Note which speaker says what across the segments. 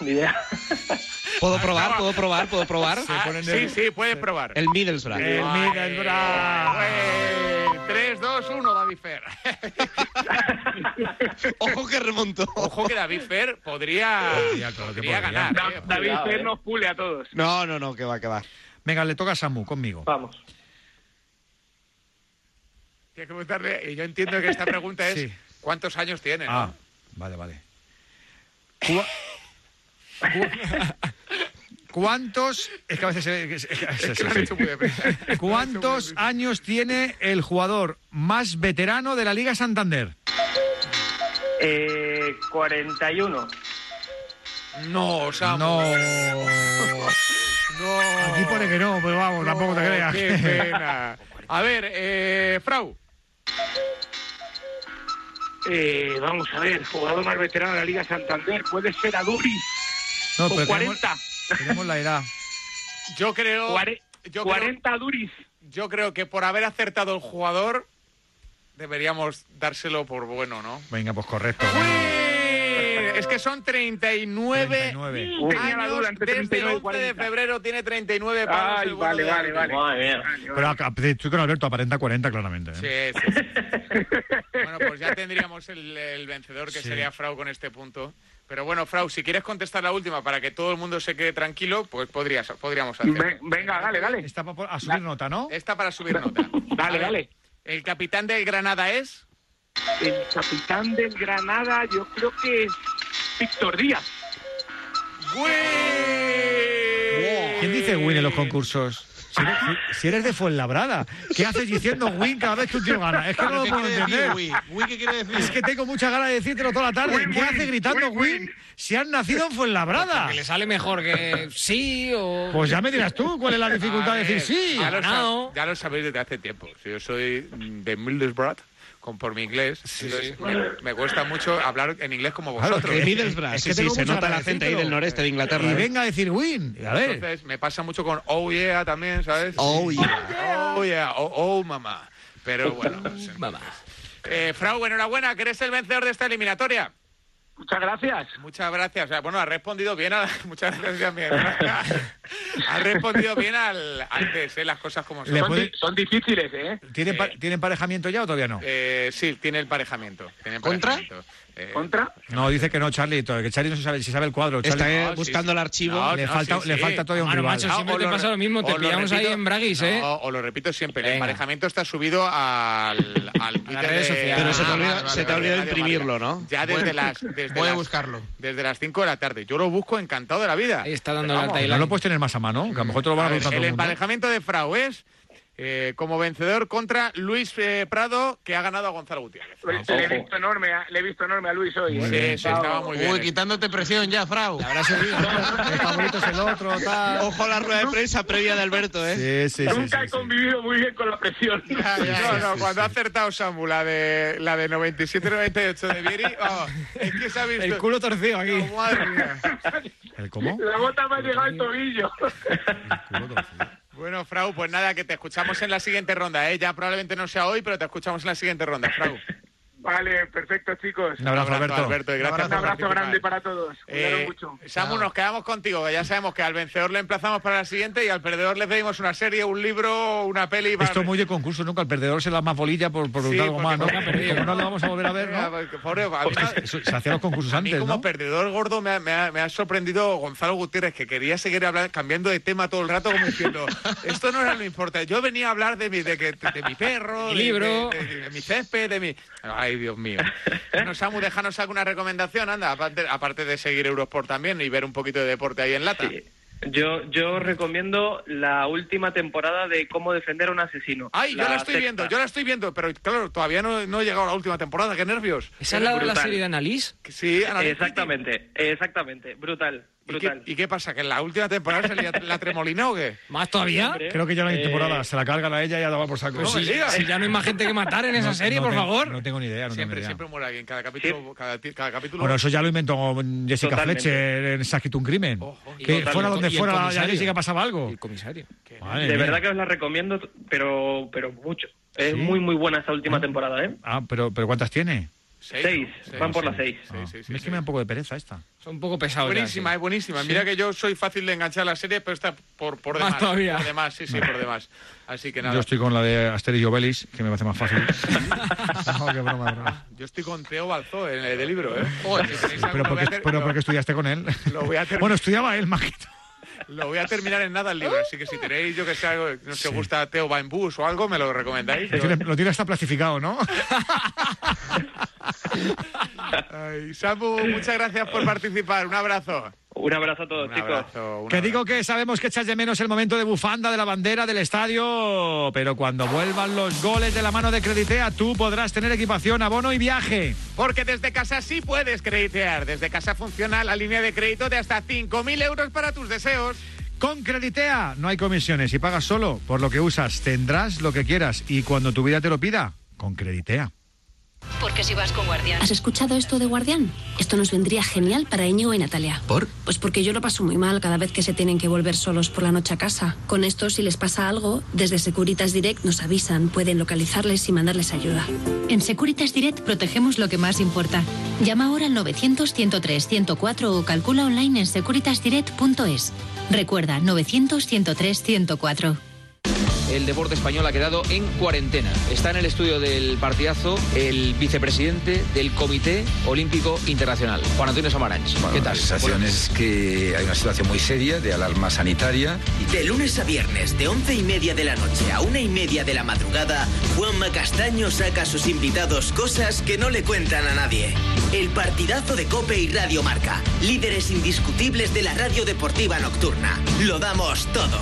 Speaker 1: ni idea.
Speaker 2: Puedo probar, puedo probar, puedo probar.
Speaker 3: Ah,
Speaker 4: ponen
Speaker 3: sí,
Speaker 4: el-
Speaker 3: sí, puedes probar.
Speaker 2: El Middlesbrough.
Speaker 3: El Middlesbrough.
Speaker 4: Ay.
Speaker 3: Bueno, 3, 2, 1, David Fer.
Speaker 2: Ojo que remontó.
Speaker 3: Ojo que David Fer podría,
Speaker 4: Podría, claro que
Speaker 3: podría
Speaker 4: podría.
Speaker 3: ganar.
Speaker 1: Da-
Speaker 3: ¿eh?
Speaker 1: David
Speaker 3: Cuidado,
Speaker 1: Fer
Speaker 3: ¿eh?
Speaker 1: nos pule a todos.
Speaker 2: No, no, no, que va, que va.
Speaker 4: Venga, le toca a Samu, conmigo.
Speaker 1: Vamos.
Speaker 3: Tienes que preguntarle, y yo entiendo que esta pregunta es
Speaker 4: Sí.
Speaker 3: ¿cuántos años tiene? no?
Speaker 4: Ah, vale, vale. Cua- cu- ¿Cuántos? Es que a veces se- es- es- es-
Speaker 3: Es que lo
Speaker 4: es-
Speaker 3: han hecho muy deprisa.
Speaker 4: ¿Cuántos años tiene el jugador más veterano de la Liga Santander?
Speaker 1: Eh, 41.
Speaker 3: No, Samu.
Speaker 4: No.
Speaker 3: No.
Speaker 4: Aquí pone que no, pero vamos, tampoco te
Speaker 3: No,
Speaker 4: creas.
Speaker 3: Qué pena. A ver, eh, Frau.
Speaker 1: Eh, vamos a ver, jugador más veterano de la Liga Santander, puede ser Aduri,
Speaker 4: No,
Speaker 1: con
Speaker 4: pero
Speaker 1: 40.
Speaker 4: Tenemos, tenemos la edad.
Speaker 3: Yo creo,
Speaker 1: Cuare-
Speaker 3: yo, creo,
Speaker 1: 40 Aduris.
Speaker 3: yo creo que por haber acertado el jugador deberíamos dárselo por bueno, ¿no?
Speaker 4: Venga, pues correcto.
Speaker 3: Uy, Es que son 39,
Speaker 4: 39.
Speaker 1: Uy, tenía la duda
Speaker 3: años.
Speaker 1: entre
Speaker 3: Desde el
Speaker 1: 39 y
Speaker 3: 11 de
Speaker 1: 40.
Speaker 3: febrero tiene 39 palos.
Speaker 1: Ay,
Speaker 3: el bueno
Speaker 1: vale,
Speaker 3: de
Speaker 1: vale,
Speaker 3: Adri.
Speaker 1: vale.
Speaker 4: Pero acá- estoy con Alberto, aparenta 40 claramente. ¿eh?
Speaker 3: Sí, sí, sí. bueno, pues ya tendríamos el, el vencedor, que
Speaker 4: Sí.
Speaker 3: sería Frau con este punto. Pero bueno, Frau, si quieres contestar la última para que todo el mundo se quede tranquilo, pues podrías, podríamos hacerlo.
Speaker 1: Ve- Venga, dale, dale.
Speaker 4: Está pa- a subir nota, ¿no?
Speaker 3: Esta para subir nota.
Speaker 1: Dale,
Speaker 3: A ver,
Speaker 1: dale.
Speaker 3: El capitán del Granada es.
Speaker 1: El capitán del Granada, yo creo que es Víctor Díaz.
Speaker 4: ¿Quién dice win en los concursos? Si eres, si eres de Fuenlabrada, ¿qué haces diciendo win cada vez que un tío gana? Es que no lo puedo entender.
Speaker 2: ¿qué quiere decir?
Speaker 4: Es que tengo muchas ganas de decírtelo toda la tarde.
Speaker 1: Win,
Speaker 4: ¿Qué
Speaker 1: win,
Speaker 4: haces gritando
Speaker 1: win,
Speaker 4: win,
Speaker 1: win?
Speaker 4: si has nacido en Fuenlabrada?
Speaker 5: Que le sale mejor que sí o...
Speaker 4: Pues ya me dirás tú cuál es la dificultad de
Speaker 3: A ver,
Speaker 4: decir sí.
Speaker 3: Ya lo,
Speaker 5: ganado.
Speaker 3: sab- ya lo sabéis desde hace tiempo. Si Yo soy mm, de Middlesbrough, con por mi inglés. entonces Me, me cuesta mucho hablar en inglés como
Speaker 4: Claro,
Speaker 3: vosotros.
Speaker 4: que-
Speaker 2: Middlesbrough,
Speaker 4: Es que
Speaker 2: sí, sí,
Speaker 4: tengo
Speaker 2: se
Speaker 4: muchas
Speaker 2: nota el
Speaker 4: ganas de
Speaker 2: acento ahí del
Speaker 4: decírtelo.
Speaker 2: noreste de Inglaterra.
Speaker 4: Y
Speaker 2: ¿eh?
Speaker 4: venga a decir win. A ver.
Speaker 3: Entonces me pasa mucho con oh yeah también, ¿sabes?
Speaker 2: Oh, yeah. Oh,
Speaker 3: Oh yeah, oh, oh, mamá. Pero bueno. sí.
Speaker 5: Mamá.
Speaker 3: Eh, Frau, enhorabuena, que eres el vencedor de esta eliminatoria.
Speaker 1: Muchas gracias.
Speaker 3: Muchas gracias. O sea, bueno, has respondido bien a la- Muchas gracias también. has respondido bien al... antes, ¿eh? las cosas como son.
Speaker 4: Le
Speaker 1: Son,
Speaker 4: puede-
Speaker 1: di- son difíciles, ¿eh?
Speaker 4: ¿Tiene, pa- ¿tiene emparejamiento ya o todavía no?
Speaker 3: Eh, sí, tiene el parejamiento. Tiene el
Speaker 2: ¿Contra?
Speaker 3: parejamiento. Eh,
Speaker 1: ¿Contra?
Speaker 4: No, dice que no, Charlie. todavía- Que Charlie no se sabe si sabe el cuadro. Charlie.
Speaker 2: Está eh,
Speaker 3: No, sí, sí.
Speaker 2: buscando el archivo. Ah,
Speaker 3: No,
Speaker 4: le,
Speaker 3: no,
Speaker 4: falta,
Speaker 3: sí,
Speaker 4: le
Speaker 3: sí.
Speaker 4: falta todavía un
Speaker 5: Mano,
Speaker 4: rival. Ah,
Speaker 5: macho, siempre
Speaker 3: o
Speaker 5: te
Speaker 3: re-
Speaker 5: pasa lo mismo, te
Speaker 3: o
Speaker 5: pillamos
Speaker 3: repito-
Speaker 5: ahí en braguis,
Speaker 3: no,
Speaker 5: ¿eh?
Speaker 3: O lo repito siempre, el
Speaker 5: Venga.
Speaker 3: emparejamiento está subido al, al Twitter
Speaker 5: redes
Speaker 3: de-
Speaker 5: sociales.
Speaker 2: Pero se te
Speaker 3: Ah,
Speaker 2: olvida,
Speaker 3: vale, vale,
Speaker 2: se te
Speaker 3: vale,
Speaker 2: olvida
Speaker 3: vale, vale.
Speaker 2: imprimirlo, ¿no?
Speaker 3: Ya desde las desde
Speaker 6: voy a
Speaker 3: las-
Speaker 6: buscarlo.
Speaker 3: Desde las 5 de la tarde. Yo lo busco encantado de la vida.
Speaker 5: Ahí está dando
Speaker 3: Pero
Speaker 5: la
Speaker 3: vamos,
Speaker 5: alta y
Speaker 4: No
Speaker 5: la...
Speaker 4: lo puedes tener más a mano, que a lo mejor te lo van a
Speaker 3: a ver,
Speaker 4: preguntar todo
Speaker 3: el
Speaker 4: el mundo. ¿eh?
Speaker 3: emparejamiento de Frau es eh, como vencedor contra Luis eh, Prado, que ha ganado a Gonzalo Gutiérrez.
Speaker 1: Le he visto enorme a, le he visto enorme a Luis hoy.
Speaker 3: Sí,
Speaker 1: ¿eh?
Speaker 3: sí, estaba muy bien.
Speaker 6: Uy, quitándote presión ya, Frau.
Speaker 5: Habrá subido.
Speaker 4: El favorito es el otro, tal.
Speaker 2: Ojo a la rueda de prensa previa de Alberto, ¿eh?
Speaker 4: Sí, sí, sí.
Speaker 1: Nunca
Speaker 4: sí,
Speaker 1: he
Speaker 4: sí.
Speaker 1: convivido muy bien con la presión.
Speaker 3: Ya, ya,
Speaker 4: Sí,
Speaker 3: no,
Speaker 4: sí,
Speaker 3: no,
Speaker 4: sí,
Speaker 3: cuando
Speaker 4: sí.
Speaker 3: ha acertado Samu la de, la de 97-98 de Vieri, vamos, oh, es que se ha visto...
Speaker 5: El culo torcido aquí.
Speaker 3: No, madre mía.
Speaker 4: ¿El cómo?
Speaker 1: La bota me ha llegado al tobillo.
Speaker 3: Bueno, Frau, pues nada, que te escuchamos en la siguiente ronda, ¿eh? Ya probablemente no sea hoy, pero te escuchamos en la siguiente ronda, Frau.
Speaker 1: Vale, perfecto, chicos.
Speaker 4: Un abrazo, Alberto.
Speaker 3: y gracias
Speaker 1: Un
Speaker 3: por
Speaker 1: abrazo
Speaker 3: participar.
Speaker 1: grande para todos. Cuidaros
Speaker 3: Eh,
Speaker 1: mucho.
Speaker 3: Samu, nos quedamos contigo, que ya sabemos que al vencedor le emplazamos para la siguiente y al perdedor le pedimos una serie, un libro, una peli... para-
Speaker 4: Esto es muy de concurso, nunca el perdedor se da más bolilla por, por
Speaker 3: Sí,
Speaker 4: algo
Speaker 3: porque
Speaker 4: más, ¿no?
Speaker 3: como ha perdido.
Speaker 4: Como no lo vamos a volver a ver,
Speaker 3: Venga,
Speaker 4: ¿no? Pues
Speaker 3: porque, pobre, a mí no-
Speaker 4: Eso- se hacían los concursos
Speaker 3: Pues A mí
Speaker 4: antes,
Speaker 3: como
Speaker 4: ¿no?
Speaker 3: perdedor gordo me ha, me ha- me ha sorprendido Gonzalo Gutiérrez, que quería seguir hablando, cambiando de tema todo el rato, como diciendo, esto no era lo importante. Yo venía a hablar de mi, de que- de mi perro,
Speaker 5: Mi
Speaker 3: de-
Speaker 5: libro.
Speaker 3: de, de- de mi césped, de mi... Ay, Dios mío. Bueno, Samu, déjanos alguna recomendación, anda, aparte, aparte de seguir Eurosport también y ver un poquito de deporte ahí en lata.
Speaker 7: Yo, yo os recomiendo la última temporada de Cómo defender a un asesino.
Speaker 3: Ay, yo la estoy
Speaker 7: sexta.
Speaker 3: viendo, yo la estoy viendo, pero claro, todavía no, no he llegado a la última temporada, qué nervios.
Speaker 5: ¿Esa es la de la
Speaker 7: Brutal.
Speaker 5: serie de Annalise?
Speaker 3: Sí, Ana,
Speaker 7: Exactamente, exactamente. Brutal,
Speaker 3: ¿Y qué,
Speaker 7: brutal.
Speaker 3: ¿Y qué pasa? ¿Que en la última temporada salía la tremolina o qué?
Speaker 5: ¿Más todavía?
Speaker 7: Hombre.
Speaker 4: Creo que ya la
Speaker 7: Eh,
Speaker 4: temporada se la cargan a ella y ya la va por saco.
Speaker 3: Pues
Speaker 4: No,
Speaker 3: sí,
Speaker 4: no
Speaker 3: digas.
Speaker 5: Si ya no hay más gente que matar en esa serie,
Speaker 4: tengo-
Speaker 5: por favor.
Speaker 4: No tengo ni idea, no
Speaker 3: Siempre,
Speaker 4: tengo ni idea.
Speaker 3: siempre muere alguien. Cada capítulo. Cada, ti- cada capítulo
Speaker 4: Bueno, eso ya lo inventó Jessica
Speaker 7: Totalmente.
Speaker 4: Fletcher en Se ha escrito un crimen.
Speaker 3: Ojo.
Speaker 4: que
Speaker 5: Totalmente.
Speaker 4: fuera donde
Speaker 5: Y el
Speaker 4: fuera la
Speaker 5: comisario.
Speaker 4: Jessica pasaba algo.
Speaker 5: El comisario.
Speaker 4: Madre
Speaker 7: De
Speaker 4: mía.
Speaker 7: verdad que os la recomiendo, pero, pero mucho. Es
Speaker 4: ¿Sí?
Speaker 7: muy, muy buena esta última temporada, ¿eh?
Speaker 4: Ah, pero, pero ¿cuántas tiene?
Speaker 8: Seis, van por la seis.
Speaker 4: Ah,
Speaker 3: Sí, sí, sí,
Speaker 4: es
Speaker 3: sí.
Speaker 4: que me da un poco de pereza esta.
Speaker 9: Son un poco pesados. ya,
Speaker 3: Buenísima,
Speaker 9: sí.
Speaker 3: es buenísima. Mira que yo soy fácil de enganchar la serie, pero está por, por
Speaker 9: Más
Speaker 3: demás.
Speaker 9: todavía.
Speaker 3: Por demás, sí, sí, por demás. Así que nada.
Speaker 4: Yo estoy con la de Asterix y Obelix, que me parece más fácil. no, qué broma, broma.
Speaker 3: con Teo Balzó en el de libro, ¿eh? Si tenéis alguna,
Speaker 4: Pero porque,
Speaker 3: voy a ter-
Speaker 4: pero
Speaker 3: lo-
Speaker 4: porque estudiaste con él.
Speaker 3: Lo voy a terminar.
Speaker 4: Bueno, estudiaba él más que tú.
Speaker 3: Lo voy a terminar en nada el libro, así que si tenéis, yo que sé, algo, no sé, gusta Teo va en bus o algo, me lo recomendáis.
Speaker 4: Lo
Speaker 3: Yo-
Speaker 4: tiene- Lo tiene hasta plastificado, ¿no?
Speaker 3: Ay, Samu, muchas gracias por participar. Un abrazo.
Speaker 8: Un abrazo a todos,
Speaker 3: Un
Speaker 8: chicos.
Speaker 3: abrazo. un
Speaker 4: Que
Speaker 3: abrazo.
Speaker 4: digo que sabemos que echas de menos el momento de bufanda de la bandera del estadio, pero cuando vuelvan los goles de la mano de Creditea, tú podrás tener equipación, abono y viaje.
Speaker 3: Porque desde casa sí puedes creditear. Desde casa funciona la línea de crédito de hasta 5.000 euros para tus deseos.
Speaker 4: Con Creditea no hay comisiones y pagas solo por lo que usas. Tendrás lo que quieras y cuando tu vida te lo pida, con Creditea.
Speaker 10: Porque si vas con Guardián.
Speaker 11: ¿Has escuchado esto de Guardián? Esto nos vendría genial para Íñigo y Natalia.
Speaker 12: ¿Por?
Speaker 11: Pues porque yo lo paso muy mal cada vez que se tienen que volver solos por la noche a casa. Con esto, si les pasa algo, desde Securitas Direct nos avisan, pueden localizarles y mandarles ayuda.
Speaker 10: En Securitas Direct protegemos lo que más importa. Llama ahora al 900-103-104 o calcula online en securitasdirect.es. Recuerda, 900-103-104.
Speaker 13: El deporte español ha quedado en cuarentena. Está en el estudio del partidazo el vicepresidente del Comité Olímpico Internacional, Juan Antonio Samaranch. ¿Qué tal?
Speaker 12: es que hay una situación muy seria de alarma sanitaria.
Speaker 14: De lunes a viernes, de once y media de la noche a una y media de la madrugada, Juanma Castaño saca a sus invitados cosas que no le cuentan a nadie. El partidazo de Cope y Radio Marca, líderes indiscutibles de la radio deportiva nocturna. Lo damos todo.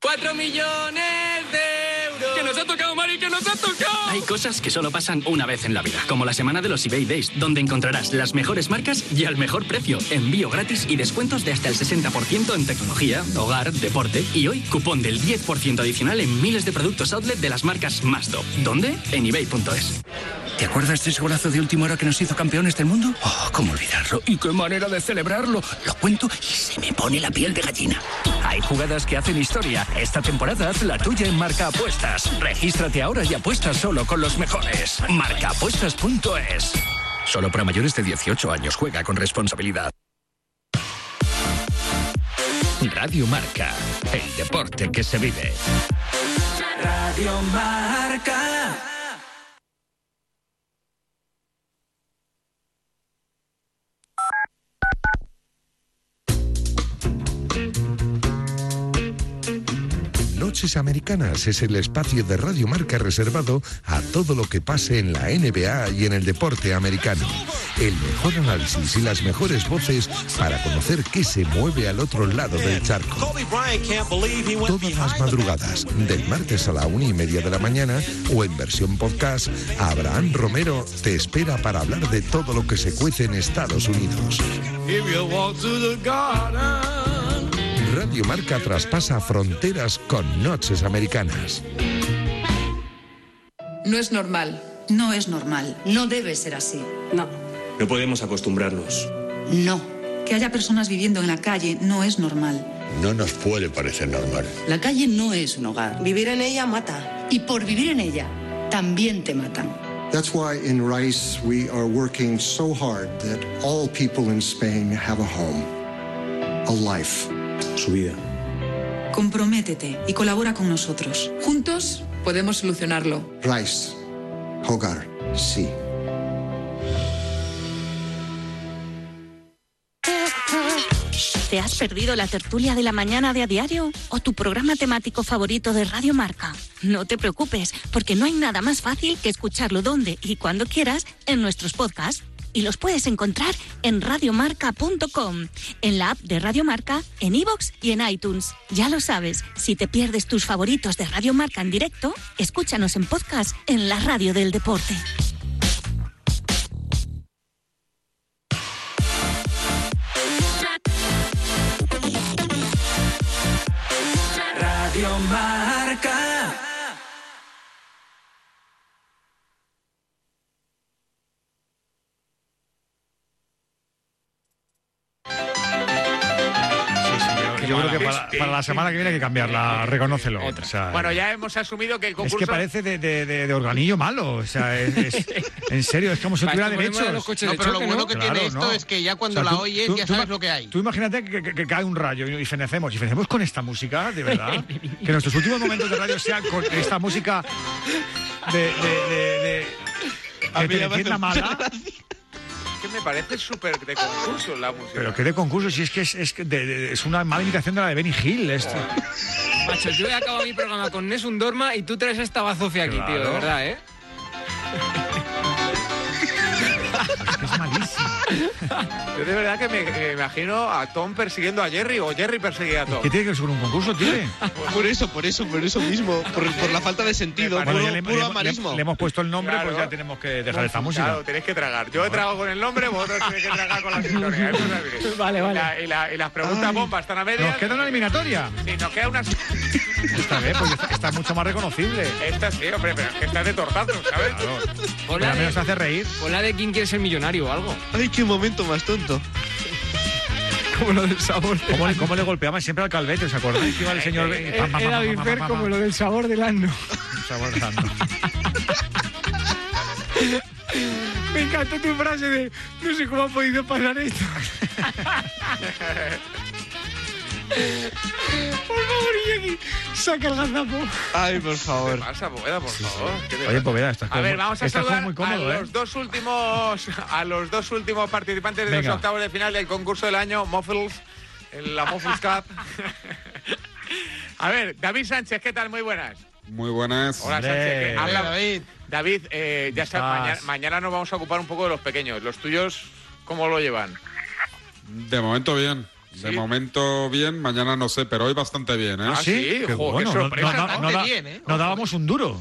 Speaker 9: ¡Cuatro millones de euros! ¡Que nos ha tocado, Mari, que nos ha tocado!
Speaker 15: Hay cosas que solo pasan una vez en la vida, como la semana de los eBay Days, donde encontrarás las mejores marcas y al mejor precio, envío gratis y descuentos de hasta el 60% en tecnología, hogar, deporte y hoy cupón del 10% adicional en miles de productos outlet de las marcas más top. ¿Dónde? En eBay.es.
Speaker 12: ¿Te acuerdas de ese golazo de última hora que nos hizo campeones del mundo? Oh, cómo olvidarlo. Y qué manera de celebrarlo. Lo cuento y se me pone la piel de gallina.
Speaker 15: Hay jugadas que hacen historia. Esta temporada haz la tuya en Marca Apuestas. Regístrate ahora y apuesta solo con los mejores. Marcaapuestas.es.
Speaker 12: Solo para mayores de 18 años juega con responsabilidad. Radio Marca, el deporte que se vive.
Speaker 14: Radio Marca.
Speaker 16: Noches Americanas es el espacio de Radio Marca reservado a todo lo que pase en la NBA y en el deporte americano. El mejor análisis y las mejores voces para conocer qué se mueve al otro lado del charco. Todas las madrugadas, del martes a la una y media de la mañana o en versión podcast, Abraham Romero te espera para hablar de todo lo que se cuece en Estados Unidos. Radio Marca traspasa fronteras con Noches Americanas.
Speaker 17: No es normal. No es normal. No debe ser así. No.
Speaker 18: No podemos acostumbrarnos.
Speaker 17: No. Que haya personas viviendo en la calle no es normal.
Speaker 18: No nos puede parecer normal.
Speaker 17: La calle no es un hogar. Vivir en ella mata. Y por vivir en ella, también te matan.
Speaker 19: That's why in Rice we are working so hard that all people in Spain have a home, a life. Su vida.
Speaker 17: Comprométete y colabora con nosotros. Juntos podemos solucionarlo.
Speaker 19: Rice. Hogar. Sí.
Speaker 20: ¿Te has perdido la tertulia de la mañana de a diario o tu programa temático favorito de Radio Marca? No te preocupes, porque no hay nada más fácil que escucharlo donde y cuando quieras en nuestros podcasts. Y los puedes encontrar en radiomarca.com, en la app de Radio Marca, en iVoox y en iTunes. Ya lo sabes, si te pierdes tus favoritos de Radio Marca en directo, escúchanos en podcast en la radio del deporte.
Speaker 14: Radio Marca.
Speaker 4: Sí, señor.
Speaker 3: qué
Speaker 4: yo
Speaker 3: mala.
Speaker 4: creo que para, para la semana que viene hay que cambiarla, reconócelo. O sea,
Speaker 3: Bueno, ya hemos asumido que el
Speaker 4: es
Speaker 3: concurso...
Speaker 4: que parece de, de- de- de organillo malo. O sea, es, es- en serio, es como si
Speaker 3: Para
Speaker 4: tuviera
Speaker 3: esto ponemos
Speaker 4: derechos.
Speaker 3: los coches No, de pero lo choque, bueno ¿no? que tiene esto es que ya cuando la oyes ya sabes lo que hay.
Speaker 4: Tú imagínate que, que- que cae un rayo y fenecemos. Y fenecemos con esta música, de verdad. que nuestros últimos momentos de radio sean con esta música de. de, de- de-
Speaker 3: A
Speaker 4: que
Speaker 3: mí
Speaker 4: te
Speaker 3: ya me
Speaker 4: entienda
Speaker 3: hace
Speaker 4: mala,
Speaker 3: mucha que me parece súper de concurso la música.
Speaker 4: pero que de concurso, si es que es, es que de- de- es una mala imitación de la de Benny Hill. Esto.
Speaker 5: Macho, yo he acabado mi programa con Nessun Dorma y tú traes esta bazofia aquí, tío, de
Speaker 4: Claro.
Speaker 5: verdad, ¿eh?
Speaker 4: es malísimo.
Speaker 3: Yo de verdad que me, me imagino a Tom persiguiendo a Jerry o Jerry perseguía a Tom.
Speaker 4: ¿Qué tiene que ver con un concurso, tiene?
Speaker 2: Por eso, por eso, por eso mismo. Por, por la falta de sentido.
Speaker 4: Bueno, ya
Speaker 2: Puro,
Speaker 4: le,
Speaker 2: puro
Speaker 4: le-
Speaker 2: amarismo.
Speaker 4: le- le hemos puesto el nombre,
Speaker 3: Claro.
Speaker 4: pues ya tenemos que dejar esta música.
Speaker 3: Claro, tenéis que tragar. Yo he tragado con el nombre, vosotros tenéis que tragar con la sintonía. Eso es así.
Speaker 4: Vale, vale.
Speaker 3: Y, la- y la- y las preguntas bombas están a medias.
Speaker 4: Nos queda una eliminatoria.
Speaker 3: Sí, nos queda una...
Speaker 4: Esta vez, pues esta, esta es mucho más reconocible.
Speaker 3: Esta sí, hombre, pero es que está de tortazo, ¿sabes?
Speaker 5: Por
Speaker 4: Pero al menos hace reír.
Speaker 5: O la de quién quiere ser millonario o algo.
Speaker 2: Ay, qué momento más tonto.
Speaker 4: Como lo del sabor. ¿Cómo le, cómo le golpeaban siempre al calvete? ¿Os acordáis
Speaker 3: Eh,
Speaker 4: que iba el Este señor?
Speaker 14: Eh,
Speaker 4: eh, pam, pam, pam,
Speaker 14: Era
Speaker 4: pam, pam,
Speaker 14: Bifer
Speaker 4: pam,
Speaker 14: como
Speaker 4: pam,
Speaker 14: lo del sabor del ano.
Speaker 4: sabor dando.
Speaker 14: Me encantó tu frase de no sé cómo ha podido pasar esto. Por favor, Iñaki, saca el gazapo.
Speaker 2: Ay, por favor.
Speaker 3: Pasa, Poveda, por favor. ¿Qué te
Speaker 4: Oye,
Speaker 3: pasa?
Speaker 4: pues mira, estás
Speaker 3: A ver, vamos a
Speaker 4: estás
Speaker 3: saludar
Speaker 4: muy cómodo,
Speaker 3: a
Speaker 4: ¿eh?
Speaker 3: los dos últimos a los dos últimos participantes de
Speaker 4: Venga.
Speaker 3: los octavos de final del concurso del año Muffles, en la Muffles Cup. a ver, David Sánchez, ¿qué tal? Muy buenas.
Speaker 21: Muy buenas.
Speaker 3: Hola Sánchez, que habla-
Speaker 21: David.
Speaker 3: David, eh, ya sabes,
Speaker 21: estás?
Speaker 3: mañana, mañana nos vamos a ocupar un poco de los pequeños. ¿Los tuyos cómo lo llevan?
Speaker 21: De momento bien. De momento bien, mañana no sé, pero hoy bastante bien, ¿eh?
Speaker 3: Ah, ¿sí? ¿sí? Qué Jo, qué ¿eh? bueno. No- sorpresa. no- no-
Speaker 4: No, da- no dábamos un duro.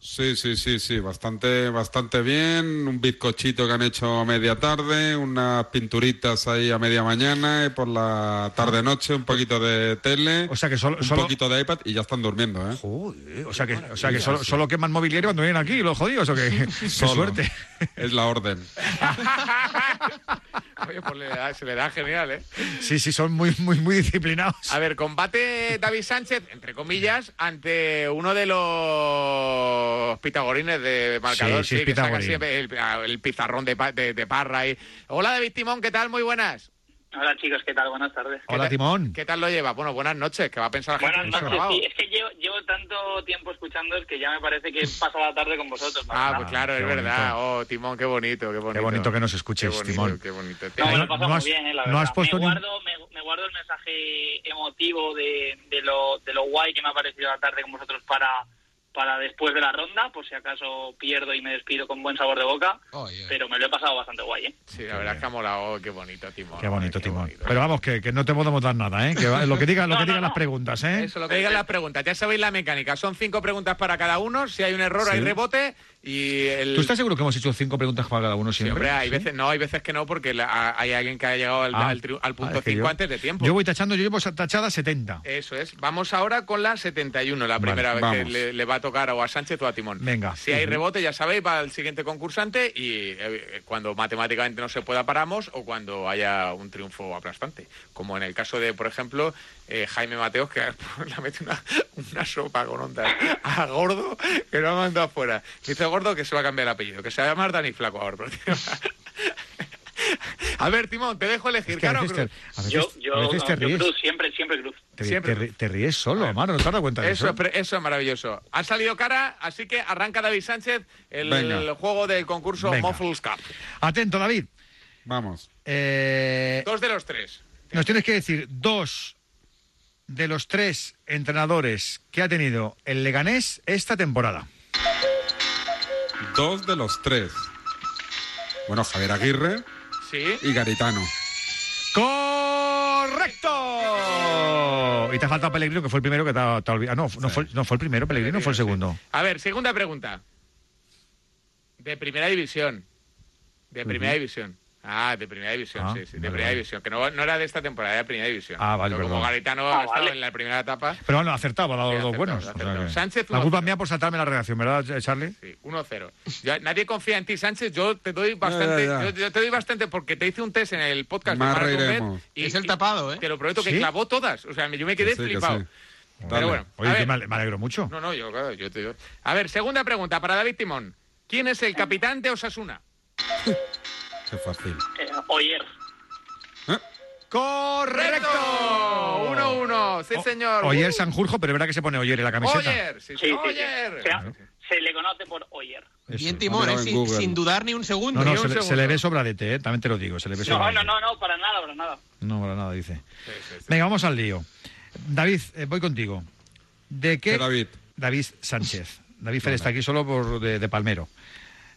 Speaker 21: Sí, sí, sí, sí, bastante, bastante bien. Un bizcochito que han hecho a media tarde, unas pinturitas ahí a media mañana y por la tarde noche un poquito de tele,
Speaker 4: O sea que solo.
Speaker 21: un
Speaker 4: solo-
Speaker 21: poquito de iPad y ya están durmiendo, ¿eh?
Speaker 4: eh, o sea que, o sea que solo, solo queman mobiliario cuando vienen aquí, los jodidos, o que. Qué
Speaker 21: Solo.
Speaker 4: suerte.
Speaker 21: Es la orden.
Speaker 3: Oye, pues le da- se le da genial, ¿eh?
Speaker 4: Sí, sí, son muy, muy, muy disciplinados.
Speaker 3: A ver, combate David Sánchez, entre comillas, ante uno de los pitagorines de marcador.
Speaker 4: Sí, sí, es
Speaker 3: que saca
Speaker 4: pitagorín.
Speaker 3: siempre el, el pizarrón de, pa- de- de parra ahí. Hola, David Timón, ¿qué tal? Muy buenas.
Speaker 8: Hola chicos, ¿qué tal? Buenas tardes.
Speaker 4: Hola, Timón.
Speaker 3: ¿Qué tal lo lleva? Bueno, buenas noches, que va a pensar la gente.
Speaker 8: Buenas
Speaker 3: que está
Speaker 8: noches,
Speaker 3: grabado.
Speaker 8: sí, es que llevo, llevo tanto tiempo escuchándoos que ya me parece que pasa la tarde con vosotros. la
Speaker 3: Ah,
Speaker 8: verdad.
Speaker 3: pues claro,
Speaker 4: qué
Speaker 3: es verdad. Oh, Timón, qué bonito, qué bonito.
Speaker 4: Qué bonito que nos escuches,
Speaker 3: Qué bonito,
Speaker 4: Timón.
Speaker 3: Qué bonito.
Speaker 8: No, me lo
Speaker 4: no
Speaker 8: pasamos
Speaker 4: has-
Speaker 8: bien, eh, la
Speaker 4: no
Speaker 8: verdad.
Speaker 4: has puesto
Speaker 8: me,
Speaker 4: ni un-
Speaker 8: guardo, me, me guardo el mensaje emotivo de, de, lo, de lo guay que me ha parecido la tarde con vosotros para, para después de la ronda, por si acaso pierdo y me despido con buen sabor de boca, pero me lo he pasado bastante guay, ¿eh?
Speaker 3: Sí, la verdad es que ha molado. Oh, qué bonito, Timón.
Speaker 4: Qué bonito, Timón. Pero vamos, que, que no te podemos dar nada, ¿eh? Que va- lo que digan, lo que digan las preguntas, ¿eh?
Speaker 3: Eso lo que digan las preguntas. Ya sabéis la mecánica. Son cinco preguntas para cada uno. Si hay un error,
Speaker 4: Sí.
Speaker 3: hay rebote. Y el...
Speaker 4: ¿Tú estás seguro que hemos hecho cinco preguntas para cada uno
Speaker 3: Sí,
Speaker 4: siempre?
Speaker 3: hombre, hay
Speaker 4: ¿Sí?
Speaker 3: veces no, hay veces que no, porque la- a- hay alguien que ha llegado al,
Speaker 4: Ah,
Speaker 3: al tri- al
Speaker 4: ah,
Speaker 3: punto
Speaker 4: es que
Speaker 3: 5
Speaker 4: yo-
Speaker 3: antes de tiempo.
Speaker 4: Yo voy tachando, yo llevo tachada 70.
Speaker 3: Eso es. Vamos ahora con la 71, la
Speaker 4: Vale,
Speaker 3: primera vez
Speaker 4: vamos.
Speaker 3: que le, le va a tocar o a Sánchez o a Timón.
Speaker 4: Venga.
Speaker 3: Si hay rebote, ya sabéis, va al siguiente concursante y eh, cuando matemáticamente no se pueda, paramos o cuando haya un triunfo aplastante. Como en el caso de, por ejemplo, eh, Jaime Mateos, que le ha metido una, una sopa con ondas a Gordo, que lo ha mandado afuera. Dice Gordo que se va a cambiar el apellido, que se va a llamar Dani Flaco ahora. porque- a ver, Timón, te dejo elegir.
Speaker 4: que a
Speaker 3: Caro
Speaker 4: veces
Speaker 3: Cruz.
Speaker 4: te- a veces- Yo- yo- a veces te ríes.
Speaker 8: siempre, siempre cruz.
Speaker 4: Te,
Speaker 3: Siempre.
Speaker 4: te ri- te ríes solo, Amaro, no te has dado cuenta de
Speaker 3: Eso,
Speaker 4: eso.
Speaker 3: es pre- eso es maravilloso. Ha salido cara, así que arranca David Sánchez el,
Speaker 4: Venga.
Speaker 3: juego del concurso
Speaker 4: Venga.
Speaker 3: Muffles Cup.
Speaker 4: Atento, David.
Speaker 21: Vamos.
Speaker 4: Eh,
Speaker 3: Dos de los tres.
Speaker 4: nos tienes que decir dos de los tres entrenadores que ha tenido el Leganés esta temporada.
Speaker 21: Dos de los tres. Bueno, Javier Aguirre
Speaker 3: Sí.
Speaker 21: y Garitano.
Speaker 4: ¡Correcto! Y te ha faltado Pellegrino, que fue el primero que te ha, te ha olvidado. No, no, fue, no fue el primero, Pellegrino fue el segundo.
Speaker 3: A ver, segunda pregunta. De primera división. De primera división. Ah, de primera división, sí, sí, de primera división. Que no, no era de esta temporada, era de primera división.
Speaker 4: Ah, vale,
Speaker 3: Pero como
Speaker 4: perdón.
Speaker 3: Garitano ha estado en la primera etapa,
Speaker 4: Pero bueno, acertado, ha dado los dos buenos. o sea que-
Speaker 3: Sánchez,
Speaker 4: la
Speaker 3: uno
Speaker 4: culpa es mía por saltarme la redacción, ¿verdad, eh, Charlie?
Speaker 3: 1-0. Ya Nadie confía en ti, Sánchez. Yo te doy bastante,
Speaker 4: ya, ya.
Speaker 3: Yo, yo te doy bastante porque te hice un test en el podcast
Speaker 21: Más
Speaker 3: de Marathon Bet
Speaker 21: reiremos.
Speaker 3: y es el tapado, ¿eh? Te lo prometo que
Speaker 21: ¿Sí?
Speaker 3: clavó todas. O sea, yo me quedé
Speaker 21: Que sí, que
Speaker 3: flipado.
Speaker 21: sí. Dale.
Speaker 3: Pero bueno,
Speaker 4: Oye,
Speaker 3: a
Speaker 4: que
Speaker 3: ver,
Speaker 4: me ale- me alegro mucho.
Speaker 3: no, no, yo, claro, yo te digo. A ver, segunda pregunta para David Timón. ¿Quién es el capitán de Osasuna?
Speaker 21: Qué fácil.
Speaker 8: Eh, Oyer.
Speaker 21: ¿Eh?
Speaker 3: ¡Correcto! 1-1, sí, señor.
Speaker 4: Oyer Sanjurjo, pero es verdad que se pone Oyer en la camiseta.
Speaker 3: Oyer, sí,
Speaker 8: Sí, sí, sí.
Speaker 3: Oyer.
Speaker 8: Se, ha- se le conoce por Oyer.
Speaker 6: Bien Timón,
Speaker 4: Ah,
Speaker 6: ¿eh?
Speaker 4: en
Speaker 6: sin,
Speaker 4: Google.
Speaker 6: sin dudar ni un segundo.
Speaker 4: No, no, se le, se le ve sobradete, ¿eh? también te lo digo, se le ve
Speaker 8: No,
Speaker 4: sobradete.
Speaker 8: no, no, no, para nada, para nada.
Speaker 4: No, para nada, dice. Venga, vamos al lío. David, eh, voy contigo. ¿De qué? David. Sánchez. David Fer está aquí solo por de, de Palmero.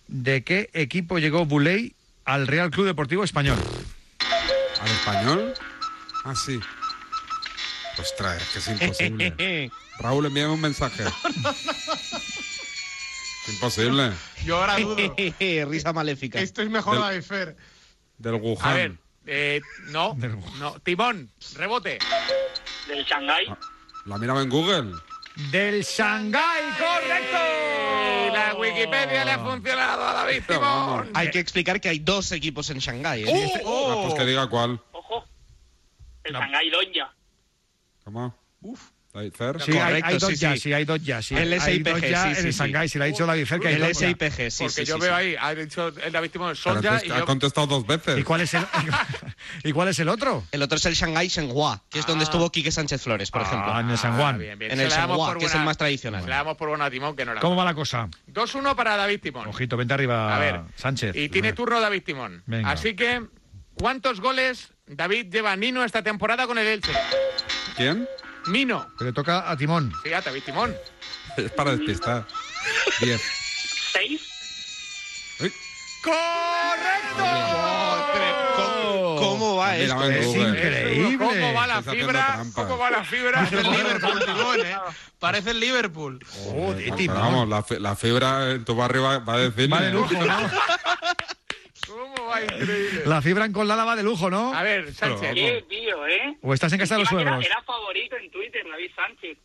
Speaker 4: ¿De qué equipo llegó Buley al Real Club Deportivo Español?
Speaker 21: ¿Al español? Ah, sí. Ostras, es que es imposible. Raúl, envíame un mensaje. Imposible.
Speaker 6: Yo ahora dudo.
Speaker 3: Risa maléfica.
Speaker 6: Esto es mejor la de Fer.
Speaker 21: Del Wuhan.
Speaker 3: A ver, eh, no, no. Timón, rebote.
Speaker 8: Del Shanghái.
Speaker 21: La miraba en Google.
Speaker 4: Del Shanghái, correcto.
Speaker 3: La Wikipedia le ha funcionado
Speaker 14: Ah,
Speaker 3: a David Timón.
Speaker 13: Hay que explicar que hay dos equipos en Shanghái. ¿eh?
Speaker 3: ¡Uh! ¡Oh!
Speaker 21: Ah, pues que diga cuál.
Speaker 8: El Shanghái Lonja.
Speaker 21: ¿Cómo? Uf. Fer.
Speaker 4: Sí, hay, hay dos ya, sí, hay dos ya. Sí.
Speaker 21: El
Speaker 4: Hay dos
Speaker 21: SIPG,
Speaker 4: ya
Speaker 21: sí,
Speaker 4: en
Speaker 21: sí,
Speaker 4: el
Speaker 21: sí.
Speaker 4: Shanghái, si lo ha dicho David Fer, que hay dos ya.
Speaker 3: Porque yo veo ahí, ha dicho el David Timón,
Speaker 21: Pero
Speaker 3: Sonja
Speaker 21: que
Speaker 3: y
Speaker 21: ha
Speaker 3: yo...
Speaker 21: contestado dos veces.
Speaker 4: ¿Y cuál es el, ¿Y cuál es el otro?
Speaker 13: El otro es el Shanghái Shenhua, que es donde estuvo Quique Sánchez Flores, por ejemplo.
Speaker 4: Ah, en el
Speaker 3: Ah,
Speaker 4: San Juan.
Speaker 13: bien, bien.
Speaker 3: Se
Speaker 13: Ah, En el
Speaker 3: la damos
Speaker 13: Shenhua,
Speaker 3: por
Speaker 13: que es
Speaker 3: buena-
Speaker 13: el más tradicional.
Speaker 3: Le damos por bueno a Timón, que no era.
Speaker 4: ¿Cómo va la cosa?
Speaker 3: 2-1 para David Timón.
Speaker 4: Ojito, vente arriba,
Speaker 3: A ver,
Speaker 4: Sánchez.
Speaker 3: Y tiene turno David Timón.
Speaker 4: Venga.
Speaker 3: Así que, ¿cuántos goles David lleva Nino esta temporada con el Elche?
Speaker 21: ¿Quién?
Speaker 3: Nino.
Speaker 4: Que le toca a Timón.
Speaker 3: Sí, a David Timón.
Speaker 21: Es para despistar. Diez.
Speaker 8: ¿Seis?
Speaker 3: ¡Correcto!
Speaker 13: ¿Cómo, va
Speaker 21: Mira,
Speaker 13: esto?
Speaker 21: en Google.
Speaker 3: ¿Cómo va la
Speaker 21: Estás haciendo
Speaker 3: fibra?
Speaker 21: trampa.
Speaker 3: ¿Cómo va la fibra?
Speaker 6: Parece el Liverpool, Timón, ¿eh? Parece el Liverpool.
Speaker 21: Pero Vamos, la, fi- la fibra en tu barrio va, va a decir.
Speaker 4: Va de lujo, ¿no?
Speaker 3: ¿Cómo va? Increíble.
Speaker 4: La fibra encolada va de lujo, ¿no?
Speaker 3: A ver, Sánchez.
Speaker 8: Qué tío, ¿eh?
Speaker 4: O estás en casa de los
Speaker 8: Encima que
Speaker 4: suegros.
Speaker 8: Era, era favorito en Twitter, David Sánchez.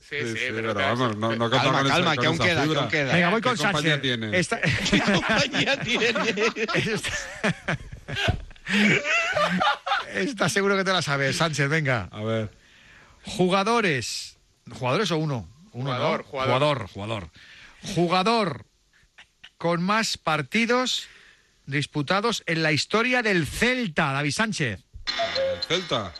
Speaker 3: Sí, sí,
Speaker 21: sí,
Speaker 3: pero
Speaker 21: pero vamos, no, no
Speaker 13: Calma,
Speaker 21: contaba con esa-
Speaker 13: calma,
Speaker 21: con
Speaker 13: que aún
Speaker 21: esa
Speaker 13: queda, que
Speaker 21: fibra.
Speaker 13: aún queda.
Speaker 4: Venga, voy
Speaker 21: ¿Qué
Speaker 4: con
Speaker 21: compañía
Speaker 4: Sánchez.
Speaker 21: tiene?
Speaker 4: Esta-
Speaker 13: compañía tiene?
Speaker 4: Está seguro que te la sabes, Sánchez, venga.
Speaker 21: A ver.
Speaker 4: Jugadores. ¿Jugadores o uno? Uno, ¿no?
Speaker 3: Jugador,
Speaker 4: jugador.
Speaker 3: jugador.
Speaker 4: Jugador. Jugador con más partidos disputados en la historia del Celta, David Sánchez.
Speaker 21: El Celta.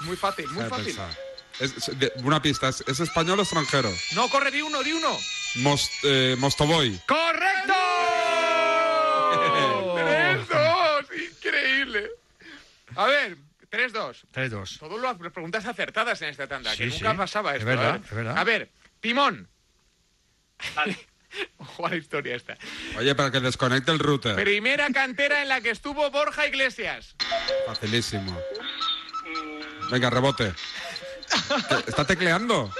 Speaker 3: Muy fácil, muy
Speaker 21: Sabe
Speaker 3: fácil.
Speaker 21: pensar. Es- es- de- una pista, ¿es, es español o extranjero?
Speaker 3: No, corre, di uno, di uno.
Speaker 21: Mos- eh, Mostoboy.
Speaker 3: ¡Correcto! ¡Tres, dos! ¡Increíble! A ver, 3-2.
Speaker 4: 3-2.
Speaker 3: Todas las preguntas acertadas en esta tanda, que
Speaker 4: Sí,
Speaker 3: nunca
Speaker 4: sí.
Speaker 3: pasaba
Speaker 4: Es
Speaker 3: esto.
Speaker 4: verdad,
Speaker 3: ¿eh?
Speaker 4: es verdad.
Speaker 3: A ver, Timón. Ojo a la historia esta.
Speaker 21: Oye, para que desconecte el router.
Speaker 3: Primera cantera en la que estuvo Borja Iglesias.
Speaker 21: Facilísimo. Venga, rebote. Te- ¿Está tecleando?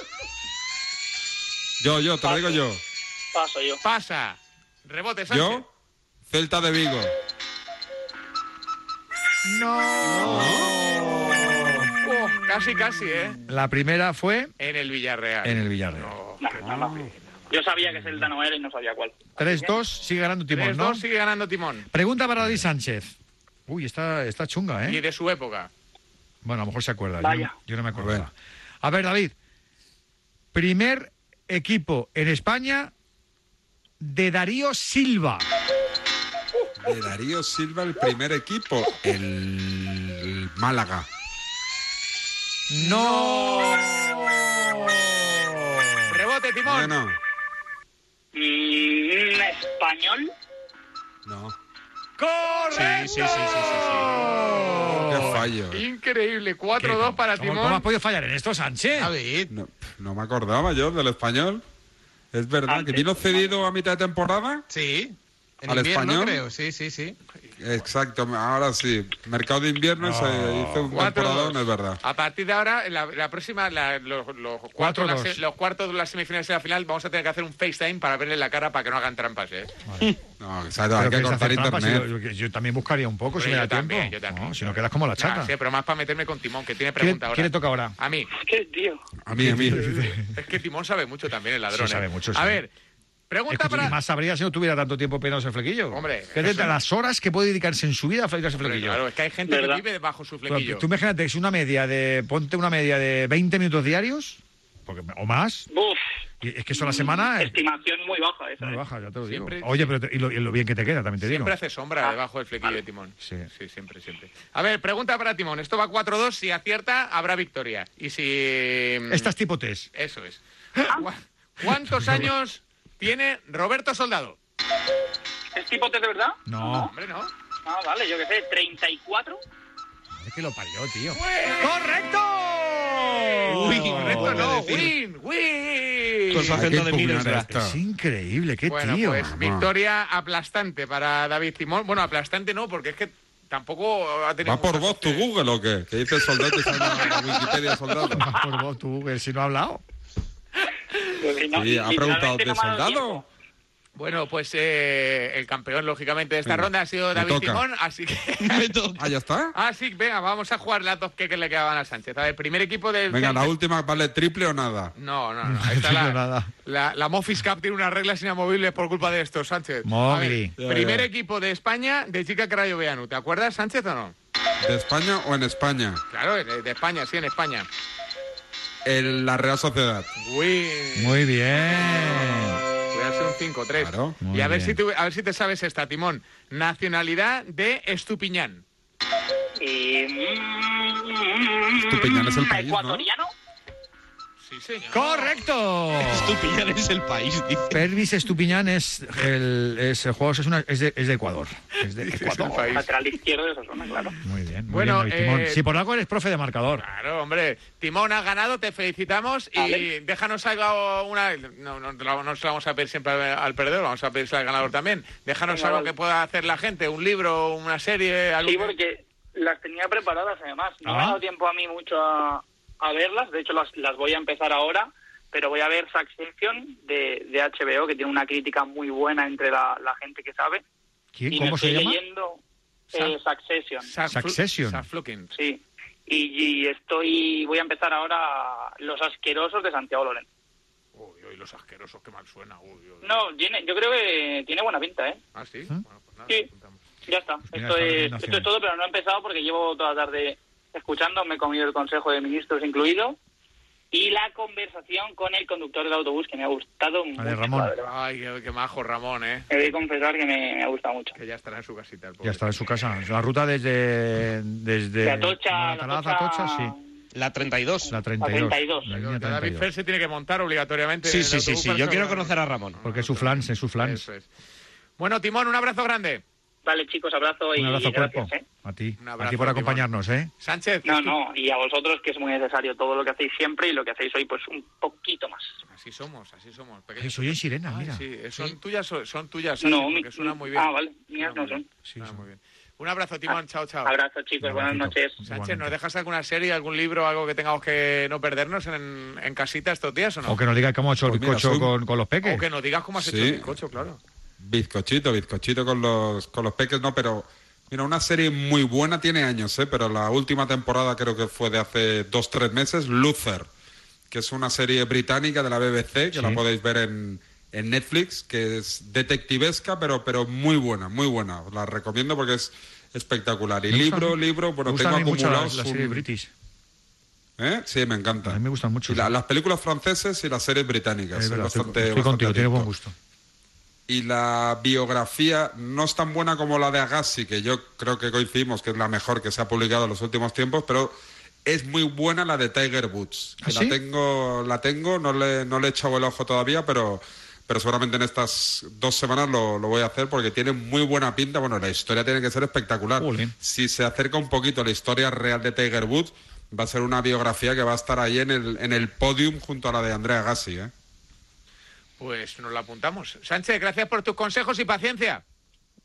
Speaker 21: Yo, yo, te lo digo yo.
Speaker 8: Paso yo.
Speaker 3: Pasa. Rebote, Sánchez.
Speaker 21: Yo, Celta de Vigo.
Speaker 3: Oh, casi, casi, ¿eh?
Speaker 4: La primera fue
Speaker 3: En el Villarreal.
Speaker 4: en el Villarreal.
Speaker 8: Yo sabía que es el Dano era y no sabía cuál.
Speaker 4: 3-2, sigue ganando Timón,
Speaker 3: 3-2,
Speaker 4: ¿no?
Speaker 3: sigue ganando Timón.
Speaker 4: Pregunta para David Sánchez. Uy, está, está chunga,
Speaker 3: Y
Speaker 4: ¿eh?
Speaker 3: de su época.
Speaker 4: Bueno, a lo mejor se acuerda. Yo,
Speaker 3: Vaya.
Speaker 4: no- yo no me acuerdo. A ver, David. Primer equipo en España de Darío Silva.
Speaker 21: De Darío Silva, el primer equipo. El Málaga.
Speaker 4: No.
Speaker 3: Rebote, Timón.
Speaker 21: Bueno,
Speaker 8: Mm, ¿Español?
Speaker 21: no.
Speaker 3: ¡Correcto!
Speaker 21: Qué fallo. eh.
Speaker 3: Increíble. 4-2 para
Speaker 4: ¿Cómo,
Speaker 3: Timón.
Speaker 4: cómo has podido fallar en esto, Sánchez?
Speaker 21: No, no me acordaba yo del español. Es verdad, que vino cedido a mitad de temporada.
Speaker 6: Sí. En
Speaker 21: ¿Al
Speaker 6: invierno,
Speaker 21: español?
Speaker 6: creo. Sí, sí, sí.
Speaker 3: este.
Speaker 21: Exacto, ahora sí. Mercado de invierno se hizo un
Speaker 3: Cuatro,
Speaker 21: temporadón,
Speaker 3: dos.
Speaker 21: es verdad.
Speaker 3: A partir de ahora, en la, la próxima, la- los, los
Speaker 21: Cuatro,
Speaker 3: cuartos, las-
Speaker 21: dos.
Speaker 3: los cuartos de las semifinales y la final, vamos a tener que hacer un FaceTime para verle la cara para que no hagan trampas, ¿eh?
Speaker 21: No,
Speaker 4: Pero
Speaker 21: exacto, hay que
Speaker 4: queréis
Speaker 21: cortar
Speaker 4: hacer trampas,
Speaker 21: internet.
Speaker 4: pues, yo, yo- yo también buscaría un poco, si
Speaker 3: Hombre,
Speaker 4: me da
Speaker 3: yo también,
Speaker 4: tiempo.
Speaker 3: yo también.
Speaker 4: No, si no quedas como la
Speaker 3: Nah,
Speaker 4: chata.
Speaker 3: sí, pero más para meterme con Timón, que tiene
Speaker 4: ¿Quién,
Speaker 3: pregunta ahora.
Speaker 4: quién le toca ahora?
Speaker 3: A mí.
Speaker 8: ¿Qué tío?
Speaker 21: A mí, a mí.
Speaker 3: Es que Timón sabe mucho también, el ladrón.
Speaker 4: Sí, sabe
Speaker 3: ¿eh?
Speaker 4: mucho,
Speaker 3: A
Speaker 4: sí.
Speaker 3: ver,
Speaker 4: Es
Speaker 3: pregunta
Speaker 4: que
Speaker 3: para.
Speaker 4: más sabría si no tuviera tanto tiempo peinado ese flequillo.
Speaker 3: Hombre,
Speaker 4: Que de
Speaker 3: eso-
Speaker 4: las horas que puede dedicarse en su vida a peinarse el flequillo.
Speaker 3: Claro, es que hay gente
Speaker 4: ¿Verdad?
Speaker 3: que vive bajo su
Speaker 4: Pero
Speaker 3: flequillo.
Speaker 4: Tú imagínate, es una media de, ponte una media de 20 minutos diarios, porque, o más.
Speaker 8: Uf.
Speaker 4: Y es que eso a la semana es
Speaker 8: Estimación muy baja esa. ¿eh?
Speaker 4: muy baja, ya te lo digo.
Speaker 3: Siempre-
Speaker 4: Oye, pero te- y, lo, y lo bien que te queda, también te digo.
Speaker 3: Siempre hace
Speaker 8: Ah,
Speaker 3: sombra debajo del flequillo de Timón.
Speaker 4: Sí.
Speaker 3: Sí, siempre, siempre. A ver, pregunta para Timón. Esto va 4-2. Si acierta, habrá victoria. Y si. mm,
Speaker 4: Esta es tipo test.
Speaker 3: Eso es.
Speaker 8: Ah.
Speaker 3: ¿Cu- ¿Cuántos años tiene Roberto Soldado?
Speaker 8: ¿Es tipo T de verdad?
Speaker 4: No.
Speaker 3: Hombre, no.
Speaker 8: Ah, vale, yo qué sé, 34.
Speaker 4: Es que lo parió, tío.
Speaker 3: ¡Correcto!
Speaker 4: Uy, correcto,
Speaker 3: No, win, win.
Speaker 4: Es increíble, qué
Speaker 3: Bueno,
Speaker 4: tío.
Speaker 3: pues victoria aplastante para David Timón. Bueno, aplastante no, porque es que tampoco ha tenido.
Speaker 21: ¿Va por vos tu Google o qué? Que dice soldado y sale la Wikipedia soldado.
Speaker 4: Más por vos, tú, Google, si no ha hablado.
Speaker 21: Sí, ha preguntado de soldado.
Speaker 3: Bueno, pues eh, el campeón, lógicamente, de esta
Speaker 21: Venga,
Speaker 3: ronda ha sido
Speaker 21: me
Speaker 3: David
Speaker 21: toca.
Speaker 3: Timón, así que.
Speaker 21: Ah, ya está.
Speaker 3: así que, venga, vamos a jugar las dos que, que le quedaban a Sánchez. A ver, primer equipo del.
Speaker 21: Venga, la
Speaker 3: Celta-
Speaker 21: última, ¿vale triple o nada?
Speaker 3: No, no, no. ahí está la, la, la Mofis Cup tiene unas reglas inamovibles por culpa de esto, Sánchez. A ver,
Speaker 4: Mogli.
Speaker 21: Ya,
Speaker 3: primer
Speaker 21: ya.
Speaker 3: equipo de España de Chica Crayoveanu. ¿Te acuerdas, Sánchez, o no?
Speaker 21: ¿De España o en España?
Speaker 3: Claro, de, de España, sí, en España.
Speaker 21: En la Real Sociedad.
Speaker 3: Uy,
Speaker 4: Muy bien.
Speaker 3: voy a hacer un 5-3.
Speaker 4: Muy
Speaker 3: Y a ver,
Speaker 4: bien.
Speaker 3: si te, a ver si te sabes esta, Timón. Nacionalidad de Estupiñán.
Speaker 8: Y... mm,
Speaker 21: Estupiñán es el país, ¿no?
Speaker 8: ¿Ecuatoriano?
Speaker 3: Sí, señor.
Speaker 4: ¡Correcto!
Speaker 2: Estupiñán es el país, dice.
Speaker 4: Pervis Estupiñán es el, es el juego, es, una- es de, es de Ecuador. Es de Ecuador.
Speaker 8: Lateral izquierdo de esa zona, claro.
Speaker 4: Muy bien. Muy
Speaker 3: Bueno,
Speaker 4: bien, David Timón.
Speaker 3: eh,
Speaker 4: Si por algo eres profe de marcador.
Speaker 3: Claro, hombre. Timón has ganado, te felicitamos y
Speaker 4: Vale.
Speaker 3: déjanos algo una no, no, te la- no se la vamos a pedir siempre al- al perdedor, vamos a pedirse al ganador también. Déjanos
Speaker 8: Venga,
Speaker 3: algo
Speaker 8: vale.
Speaker 3: que pueda hacer la gente, un libro, una serie, algo.
Speaker 8: Sí,
Speaker 3: que-
Speaker 8: porque las tenía preparadas además. No me
Speaker 3: Ah.
Speaker 8: ha dado tiempo a mí mucho a, a verlas. De hecho, las, las voy a empezar ahora. Pero voy a ver Succession de, de HBO, que tiene una crítica muy buena entre la, la gente que sabe.
Speaker 4: ¿Quién?
Speaker 8: Y me
Speaker 4: ¿Cómo se
Speaker 8: estoy
Speaker 4: llama?
Speaker 8: leyendo eh, Succession.
Speaker 4: Succession.
Speaker 8: Sí. Y, y estoy, voy a empezar ahora Los Asquerosos de Santiago Loren.
Speaker 3: Uy, uy, los asquerosos, qué mal suena. Uy, uy.
Speaker 8: No, tiene, yo creo que tiene buena pinta, ¿eh?
Speaker 3: Ah, sí.
Speaker 8: Sí, ya está.
Speaker 3: mira, está
Speaker 8: esto, es,
Speaker 3: recomendaciones.
Speaker 8: esto es todo, pero no he empezado porque llevo toda la tarde escuchando. Me he comido el Consejo de Ministros incluido. Y la conversación con el conductor del autobús, que me ha gustado mucho. la verdad.
Speaker 3: Ay, qué, qué majo Ramón, ¿eh?
Speaker 8: He de confesar que me, me ha gustado mucho.
Speaker 3: Que ya estará en su casita. el pobre.
Speaker 4: Ya está en su casa. Es la ruta desde. desde
Speaker 3: De Atocha,
Speaker 4: Alcalá,
Speaker 3: la Atocha-
Speaker 4: Atocha, sí.
Speaker 2: La 32.
Speaker 4: La 32. La línea
Speaker 3: Ya David
Speaker 4: 32.
Speaker 3: Fer se tiene que montar obligatoriamente. en
Speaker 2: Sí,
Speaker 3: el
Speaker 2: sí, sí,
Speaker 3: autobús
Speaker 2: sí.
Speaker 3: para
Speaker 2: Yo
Speaker 3: que
Speaker 2: quiero
Speaker 3: lo-
Speaker 2: conocer a Ramón.
Speaker 4: Porque es su flans, es su flans.
Speaker 3: Eso es. Bueno, Timón, un abrazo grande.
Speaker 8: Vale, chicos, abrazo y
Speaker 4: Un abrazo,
Speaker 8: gracias,
Speaker 4: cuerpo.
Speaker 8: ¿eh?
Speaker 4: A ti.
Speaker 3: Un abrazo,
Speaker 4: a ti por acompañarnos, ¿eh?
Speaker 3: Sánchez.
Speaker 8: No, no, y a vosotros que es muy necesario todo lo que hacéis siempre y lo que hacéis hoy, pues un poquito más.
Speaker 3: Así somos, así somos.
Speaker 4: Ay, soy en sirena,
Speaker 3: Ay,
Speaker 4: mira.
Speaker 3: Sí, eh, son tuyas, son, son tuyas. Sánchez,
Speaker 8: No,
Speaker 3: porque
Speaker 8: mi-
Speaker 3: suena muy bien.
Speaker 8: Ah, vale, mías no son.
Speaker 3: Suena Ah, muy bien. Un abrazo, Timón. chao, chao.
Speaker 8: Abrazo, chicos, buenas noches.
Speaker 3: Sánchez, ¿nos dejas alguna serie, algún libro, algo que tengamos que no perdernos en, en casita estos días o no?
Speaker 4: O que nos diga cómo ha
Speaker 3: Pues
Speaker 4: hecho el
Speaker 21: Pues mira,
Speaker 4: bizcocho
Speaker 21: soy-
Speaker 4: con, con los peques.
Speaker 3: O que nos digas cómo has
Speaker 21: Sí.
Speaker 3: hecho el bizcocho, claro.
Speaker 21: Bizcochito, bizcochito con los, con los peques, no, pero mira, una serie muy buena tiene años, ¿eh? pero la última temporada creo que fue de hace dos, tres meses, Luther, que es una serie británica de la BBC, que la podéis ver en, en Netflix, que es detectivesca, pero, pero muy buena, muy buena. Os la recomiendo porque es espectacular. Y
Speaker 4: Me
Speaker 21: libro,
Speaker 4: gustan-
Speaker 21: libro, bueno,
Speaker 4: me
Speaker 21: tengo
Speaker 4: gustan a mí mucho
Speaker 21: acumulados...
Speaker 4: las, las series
Speaker 21: un-
Speaker 4: british.
Speaker 21: ¿Eh? Sí, me encanta. A mí me
Speaker 4: gustan mucho.
Speaker 21: las películas francesas y las series británicas.
Speaker 4: Es verdad,
Speaker 21: Es
Speaker 4: estoy,
Speaker 21: bastante-
Speaker 4: estoy
Speaker 21: bastante
Speaker 4: contigo, tienes
Speaker 21: adicto
Speaker 4: buen gusto.
Speaker 21: y la biografía no es tan buena como la de Agassi, que yo creo que coincidimos que es la mejor que se ha publicado en los últimos tiempos, pero es muy buena la de Tiger Woods.
Speaker 4: ¿Ah,
Speaker 21: que
Speaker 4: sí?
Speaker 21: La tengo, la tengo, no le, no le he echado el ojo todavía, pero, pero seguramente en estas dos semanas lo, lo voy a hacer porque tiene muy buena pinta. Bueno, la historia tiene que ser espectacular. Si se acerca un poquito a la historia real de Tiger Woods, va a ser una biografía que va a estar ahí en el, en el podium junto a la de Andrea Agassi, ¿eh?
Speaker 3: Pues nos lo apuntamos. Sánchez, gracias por tus consejos y paciencia.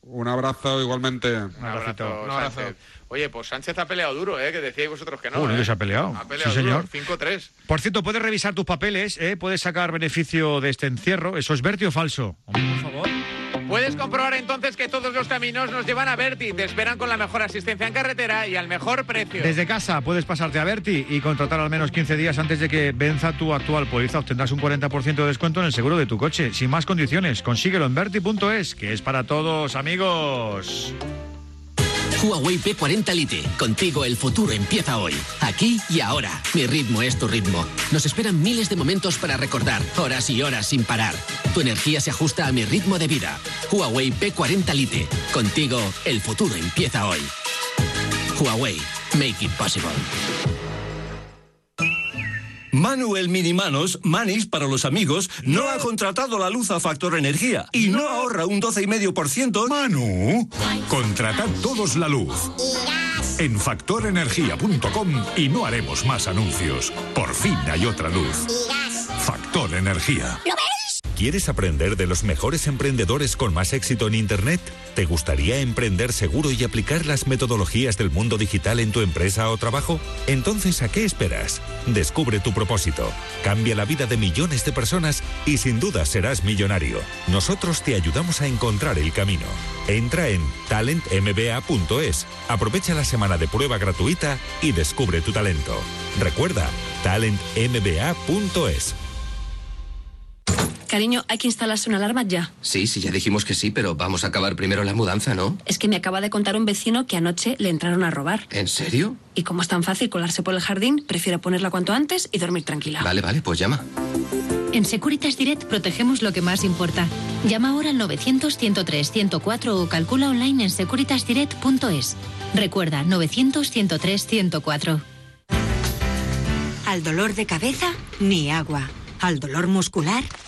Speaker 21: Un abrazo igualmente.
Speaker 3: Un abrazo. Un abrazo. Sánchez. Oye, pues Sánchez ha peleado duro, ¿eh? Que decíais vosotros que no.
Speaker 4: Uy,
Speaker 3: ¿eh?
Speaker 4: que se ha peleado.
Speaker 3: Ha peleado
Speaker 4: Sí,
Speaker 3: duro,
Speaker 4: señor.
Speaker 3: 5-3.
Speaker 4: Por cierto, puedes revisar tus papeles, ¿eh? puedes sacar beneficio de este encierro. ¿Eso es vértigo falso?
Speaker 3: Puedes comprobar entonces que todos los caminos nos llevan a Berti. Te esperan con la mejor asistencia en carretera y al mejor precio.
Speaker 4: Desde casa puedes pasarte a Berti y contratar al menos 15 días antes de que venza tu actual póliza. Obtendrás un 40% de descuento en el seguro de tu coche. Sin más condiciones, consíguelo en berti.es, que es para todos, amigos.
Speaker 22: Huawei P40 Lite. Contigo el futuro empieza hoy. Aquí y ahora. Mi ritmo es tu ritmo. Nos esperan miles de momentos para recordar. Horas y horas sin parar. Tu energía se ajusta a mi ritmo de vida. Huawei P40 Lite. Contigo el futuro empieza hoy. Huawei. Make it possible.
Speaker 15: Manuel Minimanos, Manis para los amigos, no ha contratado la luz a Factor Energía y no ahorra un 12,5%. Manu,
Speaker 23: Contratad todos la luz. En factorenergía.com y no haremos más anuncios. Por fin hay otra luz. Factor Energía. ¿Quieres aprender de los mejores emprendedores con más éxito en Internet? ¿Te gustaría emprender seguro y aplicar las metodologías del mundo digital en tu empresa o trabajo? Entonces, ¿a qué esperas? Descubre tu propósito, cambia la vida de millones de personas y sin duda serás millonario. Nosotros te ayudamos a encontrar el camino. Entra en talentmba.es, aprovecha la semana de prueba gratuita y descubre tu talento. Recuerda, talentmba.es.
Speaker 24: Cariño, hay que instalarse una alarma ya.
Speaker 25: Sí, sí, ya dijimos que sí, pero vamos a acabar primero la mudanza, ¿no?
Speaker 24: Es que me acaba de contar un vecino que anoche le entraron a robar.
Speaker 25: ¿En serio?
Speaker 24: Y como es tan fácil colarse por el jardín, prefiero ponerla cuanto antes y dormir tranquila.
Speaker 25: Vale, vale, pues llama.
Speaker 10: En Securitas Direct protegemos lo que más importa. Llama ahora al 900-103-104 o calcula online en securitasdirect.es. Recuerda, 900-103-104.
Speaker 17: Al dolor de cabeza, ni agua. Al dolor muscular,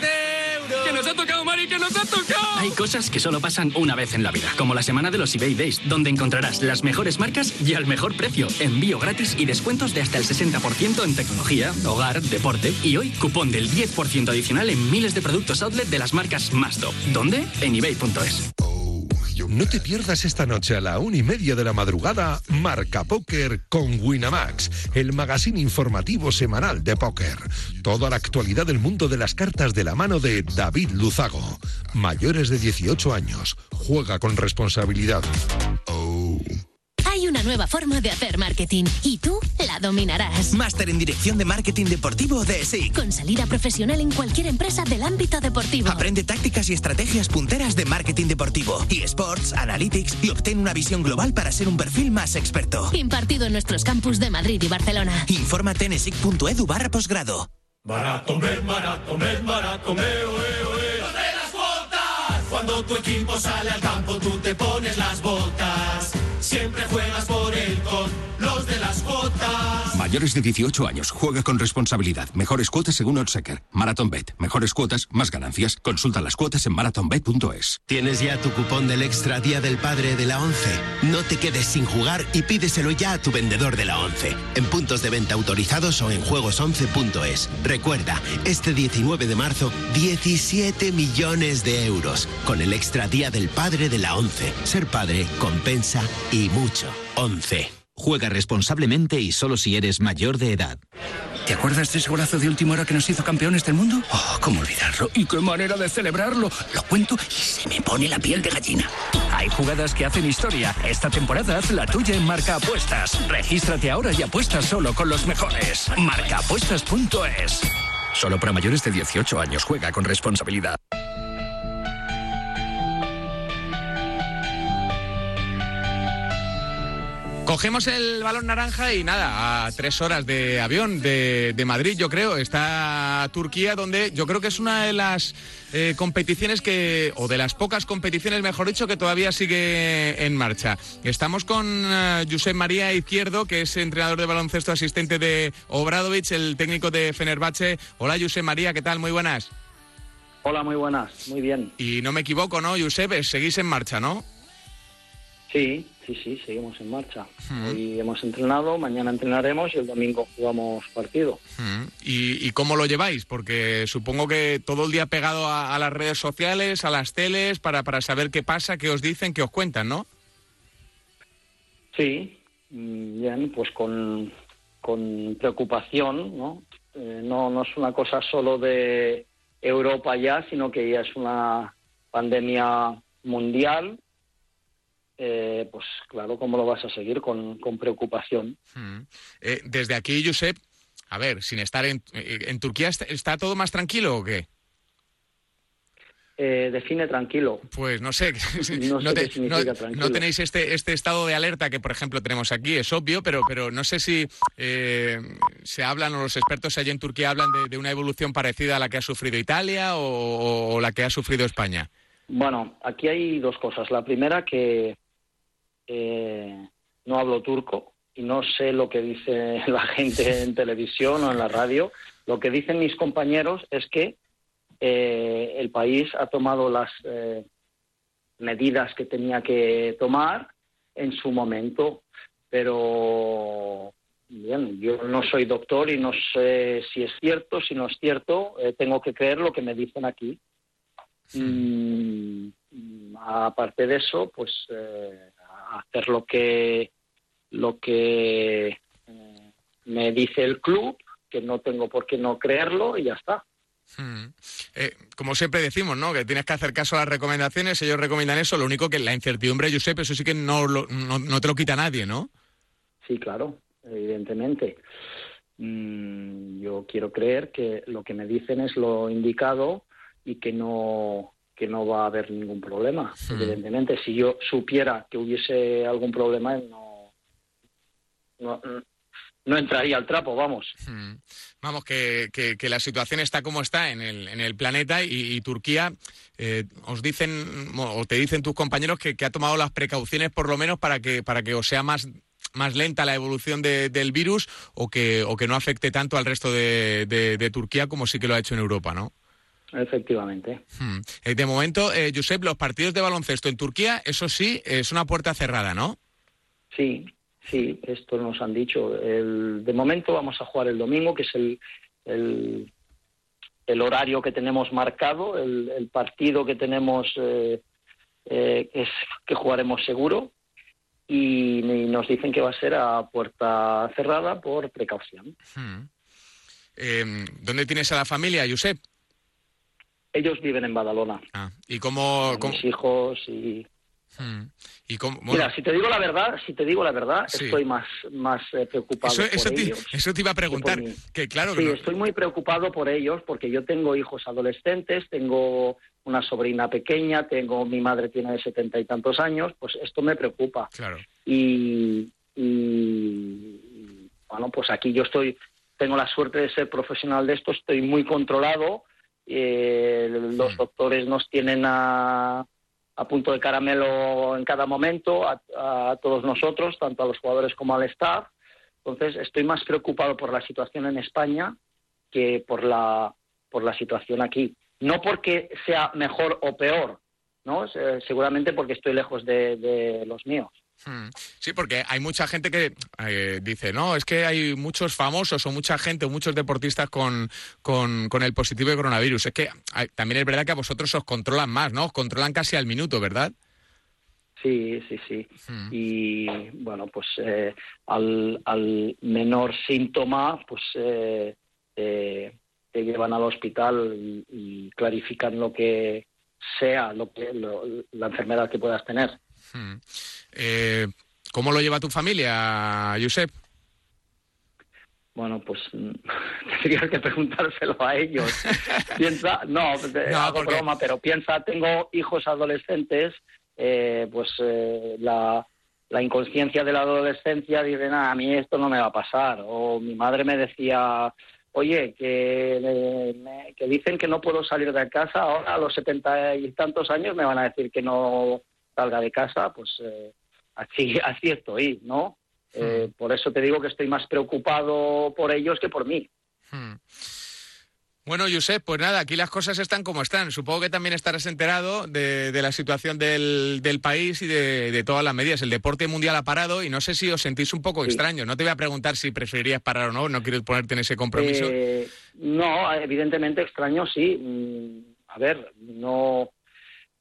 Speaker 5: de euros. Que nos ha tocado, Mari, que nos ha tocado.
Speaker 15: Hay cosas que solo pasan una vez en la vida, como la semana de los eBay Days, donde encontrarás las mejores marcas y al mejor precio, envío gratis y descuentos de hasta el 60% en tecnología, hogar, deporte y hoy cupón del 10% adicional en miles de productos outlet de las marcas más top. ¿Dónde? En eBay.es.
Speaker 16: No te pierdas esta noche a la una y media de la madrugada Marca Póker con Winamax, el magazine informativo semanal de póker. Toda la actualidad del mundo de las cartas de la mano de David Luzago. Mayores de 18 años, juega con responsabilidad.
Speaker 26: Hay una nueva forma de hacer marketing y tú la dominarás.
Speaker 27: Máster en Dirección de Marketing Deportivo
Speaker 13: Eh,
Speaker 27: de SIC.
Speaker 26: Con salida profesional en cualquier empresa del ámbito deportivo.
Speaker 13: Ah.
Speaker 27: Aprende tácticas y estrategias punteras de marketing deportivo, eSports, Analytics y obtén una visión global para ser un perfil más experto.
Speaker 26: Impartido en nuestros campus de Madrid y Barcelona.
Speaker 27: Infórmate en esic.edu E barra posgrado.
Speaker 28: Barato Mer, Barato Mer, Barato Mer, oe, oe. Ponte las botas. Cuando tu equipo sale al campo, tú te pones las botas. Siempre juegas por él con los de las botas.
Speaker 23: Mayores de 18 años, juega con responsabilidad. Mejores cuotas según Oddseeker. Marathon Bet. Mejores cuotas, más ganancias. Consulta las cuotas en marathonbet.es.
Speaker 27: ¿Tienes ya tu cupón del Extra Día del Padre de la 11? No te quedes sin jugar y pídeselo ya a tu vendedor de la 11, en puntos de venta autorizados o en juegos11.es. Recuerda, este 19 de marzo, 17 millones de euros con el Extra Día del Padre de la 11. Ser padre compensa y mucho. 11.
Speaker 25: Juega responsablemente y solo si eres mayor de edad.
Speaker 29: ¿Te acuerdas de ese golazo de última hora que nos hizo campeones del mundo? Oh, cómo olvidarlo. Y qué manera de celebrarlo. Lo cuento y se me pone la piel de gallina. Hay jugadas que hacen historia. Esta temporada haz la tuya en Marca Apuestas. Regístrate ahora y apuesta solo con los mejores. Marcaapuestas.es.
Speaker 23: Solo para mayores de 18 años, juega con responsabilidad.
Speaker 3: Cogemos el balón naranja y nada, a tres horas de avión de, de Madrid, yo creo, está Turquía, donde yo creo que es una de las eh, competiciones que, o de las pocas competiciones, mejor dicho, que todavía sigue en marcha. Estamos con eh, Josep María Izquierdo, que es entrenador de baloncesto asistente de Obradovic, el técnico de Fenerbahce. Hola, Josep María, ¿qué tal? Muy buenas.
Speaker 7: Hola, muy buenas, muy bien.
Speaker 3: Y no me equivoco, ¿no, Josep? Eh, Seguís en marcha, ¿no?
Speaker 7: Sí, sí, sí, seguimos en marcha. Hoy hemos entrenado, mañana entrenaremos y el domingo jugamos partido.
Speaker 3: Mm. ¿Y, y cómo lo lleváis? Porque supongo que todo el día pegado a, a las redes sociales, a las teles, para, para saber qué pasa, qué os dicen, qué os cuentan, ¿no?
Speaker 7: Sí, mm, bien, pues con, con preocupación, ¿no? Eh, no, no es una cosa solo de Europa ya, sino que ya es una pandemia mundial. Eh, pues claro, ¿cómo lo vas a seguir con, con preocupación?
Speaker 3: Mm. Eh, desde aquí, Josep, a ver, sin estar en, eh, en Turquía, ¿está, está todo más tranquilo o qué?
Speaker 7: Eh, define tranquilo.
Speaker 3: Pues no sé,
Speaker 7: No sé
Speaker 3: te-
Speaker 7: qué significa
Speaker 3: no-
Speaker 7: tranquilo.
Speaker 3: no tenéis este, este estado de alerta que, por ejemplo, tenemos aquí, es obvio, pero, pero no sé si eh, se hablan o los expertos allí en Turquía hablan de, de una evolución parecida a la que ha sufrido Italia o- o- o la que ha sufrido España.
Speaker 7: Bueno, aquí hay dos cosas. La primera que eh, no hablo turco y no sé lo que dice la gente en televisión o en la radio. Lo que dicen mis compañeros es que eh, el país ha tomado las eh, medidas que tenía que tomar en su momento, pero bien, yo no soy doctor y no sé si es cierto, si no es cierto, eh, tengo que creer lo que me dicen aquí.
Speaker 21: 嗯
Speaker 7: Mm, mm, aparte de eso, pues eh, hacer lo que lo que eh, me dice el club, que no tengo por qué no creerlo y ya está.
Speaker 3: Mm. Eh, como siempre decimos, ¿no? Que tienes que hacer caso a las recomendaciones, ellos recomiendan eso, lo único que la incertidumbre, Josep, eso sí que no, lo- no, no te lo quita nadie, ¿no?
Speaker 7: Sí, claro, evidentemente. Mm, yo quiero creer que lo que me dicen es lo indicado y que no que no va a haber ningún problema.
Speaker 3: Mm.
Speaker 7: Evidentemente, si yo supiera que hubiese algún problema, no, no, no entraría al trapo, vamos.
Speaker 3: Mm. Vamos, que, que- que la situación está como está en el, en el planeta y, y Turquía, eh, os dicen, o te dicen tus compañeros que, que ha tomado las precauciones por lo menos para que, para que os sea más, más lenta la evolución de- del virus o que, o que no afecte tanto al resto de, de- de Turquía como sí que lo ha hecho en Europa, ¿no?
Speaker 7: Efectivamente.
Speaker 3: Hmm. Eh, de momento, eh, Josep, los partidos de baloncesto en Turquía, eso sí, es una puerta cerrada, ¿no?
Speaker 7: Sí, sí, esto nos han dicho. El- de momento vamos a jugar el domingo, que es el, el, el horario que tenemos marcado, el, el partido que tenemos eh, eh, que es, que jugaremos seguro. Y, y nos dicen que va a ser a puerta cerrada por precaución.
Speaker 3: Hmm. Eh, ¿Dónde tienes a la familia, Josep?
Speaker 7: Ellos viven en Badalona.
Speaker 3: Ah, ¿Y cómo...? cómo-
Speaker 7: Mis hijos y
Speaker 3: Hmm. ¿Y cómo- bueno,
Speaker 7: Mira, si te digo la verdad, si te digo la verdad,
Speaker 3: Sí.
Speaker 7: estoy más, más eh, preocupado
Speaker 3: eso,
Speaker 7: por
Speaker 3: eso te,
Speaker 7: ellos.
Speaker 3: eso te iba a preguntar, que claro que
Speaker 7: Sí,
Speaker 3: no-
Speaker 7: estoy muy preocupado por ellos porque yo tengo hijos adolescentes, tengo una sobrina pequeña, tengo mi madre tiene setenta y tantos años, pues esto me preocupa.
Speaker 3: Claro.
Speaker 7: Y, y- y, bueno, pues aquí yo estoy, tengo la suerte de ser profesional de esto, estoy muy controlado, eh, los doctores nos tienen a, a punto de caramelo en cada momento, a, a todos nosotros, tanto a los jugadores como al staff. Entonces, estoy más preocupado por la situación en España que por la, por la situación aquí. No porque sea mejor o peor, ¿no? Se- Seguramente porque estoy lejos de, de los míos.
Speaker 3: Hmm. Sí, porque hay mucha gente que eh, dice, no, es que hay muchos famosos o mucha gente o muchos deportistas con, con, con el positivo de coronavirus. Es que hay- también es verdad que a vosotros os controlan más, ¿no? Os controlan casi al minuto, ¿verdad?
Speaker 7: Sí, sí, sí. Y bueno, pues eh, al, al menor síntoma, pues eh, eh, te llevan al hospital y, y clarifican lo que sea, lo que, lo- la enfermedad que puedas tener.
Speaker 3: Hmm. Eh, ¿Cómo lo lleva tu familia, Josep?
Speaker 7: Bueno, pues mm, tendría que preguntárselo a ellos. piensa, no, de-
Speaker 3: No,
Speaker 7: hago
Speaker 3: porque-
Speaker 7: broma, pero piensa, tengo hijos adolescentes, eh, pues eh, la, la inconsciencia de la adolescencia dice, nada, a mí esto no me va a pasar. O mi madre me decía, oye, que, eh, me- que dicen que no puedo salir de casa, ahora a los setenta y tantos años me van a decir que no salga de casa, pues eh, así, así estoy, ¿no? Eh, Por eso te digo que estoy más preocupado por ellos que por mí.
Speaker 3: Hmm. Bueno, Josep, pues nada, aquí las cosas están como están. Supongo que también estarás enterado de, de la situación del, del país y de, de todas las medidas. El deporte mundial ha parado y no sé si os sentís un poco extraño. No te voy a preguntar si preferirías parar o no, no quiero ponerte en ese compromiso.
Speaker 7: Eh, no, evidentemente extraño, sí. Mm, A ver, no,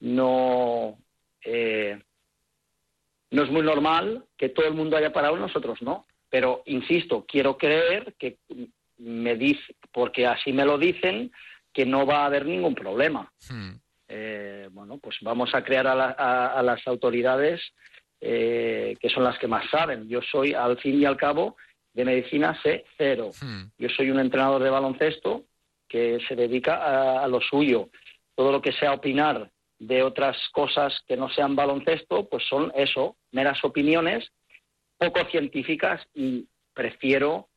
Speaker 7: no, eh, no es muy normal que todo el mundo haya parado, nosotros no. Pero insisto, quiero creer que me dice, porque así me lo dicen, que no va a haber ningún problema.
Speaker 4: Hmm.
Speaker 7: Eh, bueno, pues vamos a crear a, la- a- a las autoridades eh, que son las que más saben. Yo soy, al fin y al cabo, de medicina sé cero.
Speaker 3: Hmm.
Speaker 7: Yo soy un entrenador de baloncesto que se dedica a, a lo suyo. Todo lo que sea opinar de otras cosas que no sean baloncesto, pues son eso, meras opiniones poco científicas y prefiero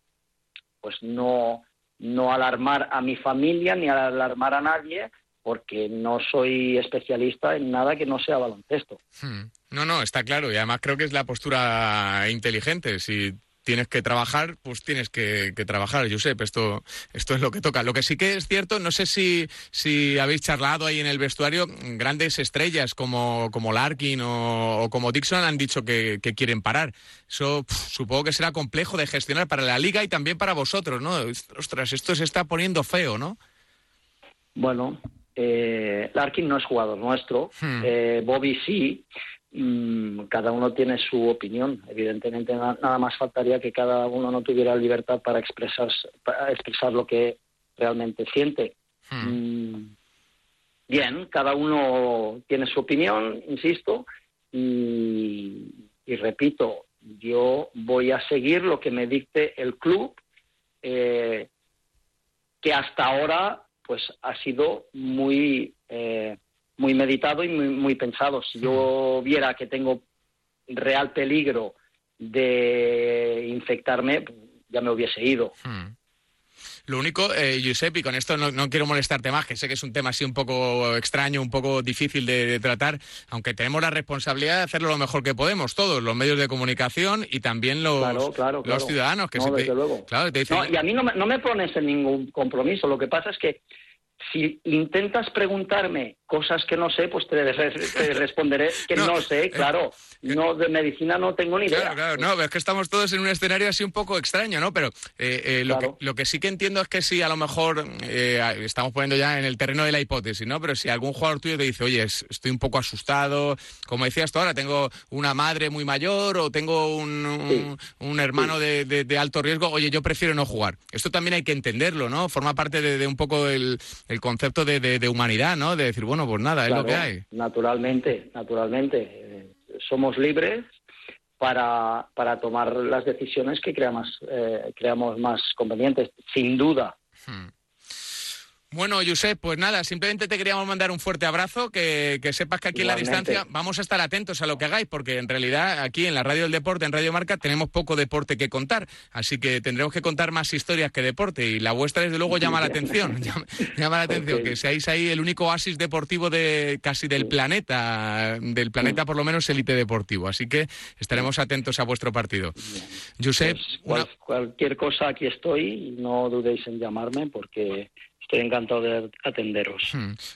Speaker 7: pues no, no alarmar a mi familia ni alarmar a nadie porque no soy especialista en nada que no sea baloncesto.
Speaker 3: Hmm. No, no, está claro. Y además creo que es la postura inteligente. Si tienes que trabajar, pues tienes que, que trabajar, Josep. Esto, esto es lo que toca. Lo que sí que es cierto, no sé si, si habéis charlado ahí en el vestuario, mm, grandes estrellas como, como Larkin o, o como Dixon han dicho que, que quieren parar. Eso pf, supongo que será complejo de gestionar para la liga y también para vosotros, ¿no? Ostras, esto se está poniendo feo, ¿no?
Speaker 7: Bueno, eh, Larkin no es jugador nuestro, eh, Bobby sí. Mm, cada uno tiene su opinión. Evidentemente, na- nada más faltaría que cada uno no tuviera libertad para expresar, para expresar lo que realmente siente.
Speaker 21: 嗯
Speaker 7: Mm, bien, cada uno tiene su opinión, insisto, y, y repito, yo voy a seguir lo que me dicte el club. eh, que hasta ahora pues ha sido muy eh, muy meditado y muy, muy pensado. Si yo viera que tengo real peligro de infectarme, pues, ya me hubiese ido.
Speaker 3: Hmm. Lo único, eh, Giuseppe, y con esto no, no quiero molestarte más, que sé que es un tema así un poco extraño, un poco difícil de, de tratar, aunque tenemos la responsabilidad de hacerlo lo mejor que podemos, todos, los medios de comunicación y también los,
Speaker 7: Claro, claro, claro.
Speaker 3: los ciudadanos. que
Speaker 7: No,
Speaker 3: se te-
Speaker 7: desde luego.
Speaker 3: Claro, te dicen,
Speaker 7: No, y a mí no me, no me pones en ningún compromiso. Lo que pasa es que si intentas preguntarme cosas que no sé, pues te, res- te responderé que no, sé, claro. No, de medicina no tengo ni idea.
Speaker 3: eh, Claro, claro, no, pero es que estamos todos en un escenario así un poco extraño, ¿no? Pero eh, eh, lo, que, lo que sí que entiendo es que sí, a lo mejor eh, a- estamos poniendo ya en el terreno de la hipótesis, ¿no? Pero si algún jugador tuyo te dice, oye, es- estoy un poco asustado, como decías tú ahora, tengo una madre muy mayor o tengo un, un- un hermano de, de- de alto riesgo, oye, yo prefiero no jugar. Esto también hay que entenderlo, ¿no? Forma parte de, de un poco el, el concepto de, de- de humanidad, ¿no? De decir, bueno, pues nada, es lo que
Speaker 7: Claro,
Speaker 3: hay.
Speaker 7: Naturalmente, naturalmente. Eh, Somos libres para, para tomar las decisiones que creamos, eh, creamos más convenientes, sin duda.
Speaker 3: Bueno, Josep, pues nada, simplemente te queríamos mandar un fuerte abrazo, que, que sepas que aquí en la
Speaker 7: Igualmente.
Speaker 3: distancia vamos a estar atentos a lo que hagáis, porque en realidad aquí en la Radio del Deporte, en Radio Marca, tenemos poco deporte que contar, así que tendremos que contar más historias que deporte, y la vuestra desde luego llama la atención, llama, llama la atención, que seáis ahí el único oasis deportivo de casi del planeta, del planeta por lo menos élite deportivo, así que estaremos atentos a vuestro partido. Josep,
Speaker 7: Cual- Cualquier cosa, aquí estoy. y No dudéis en llamarme porque estoy encantado de atenderos.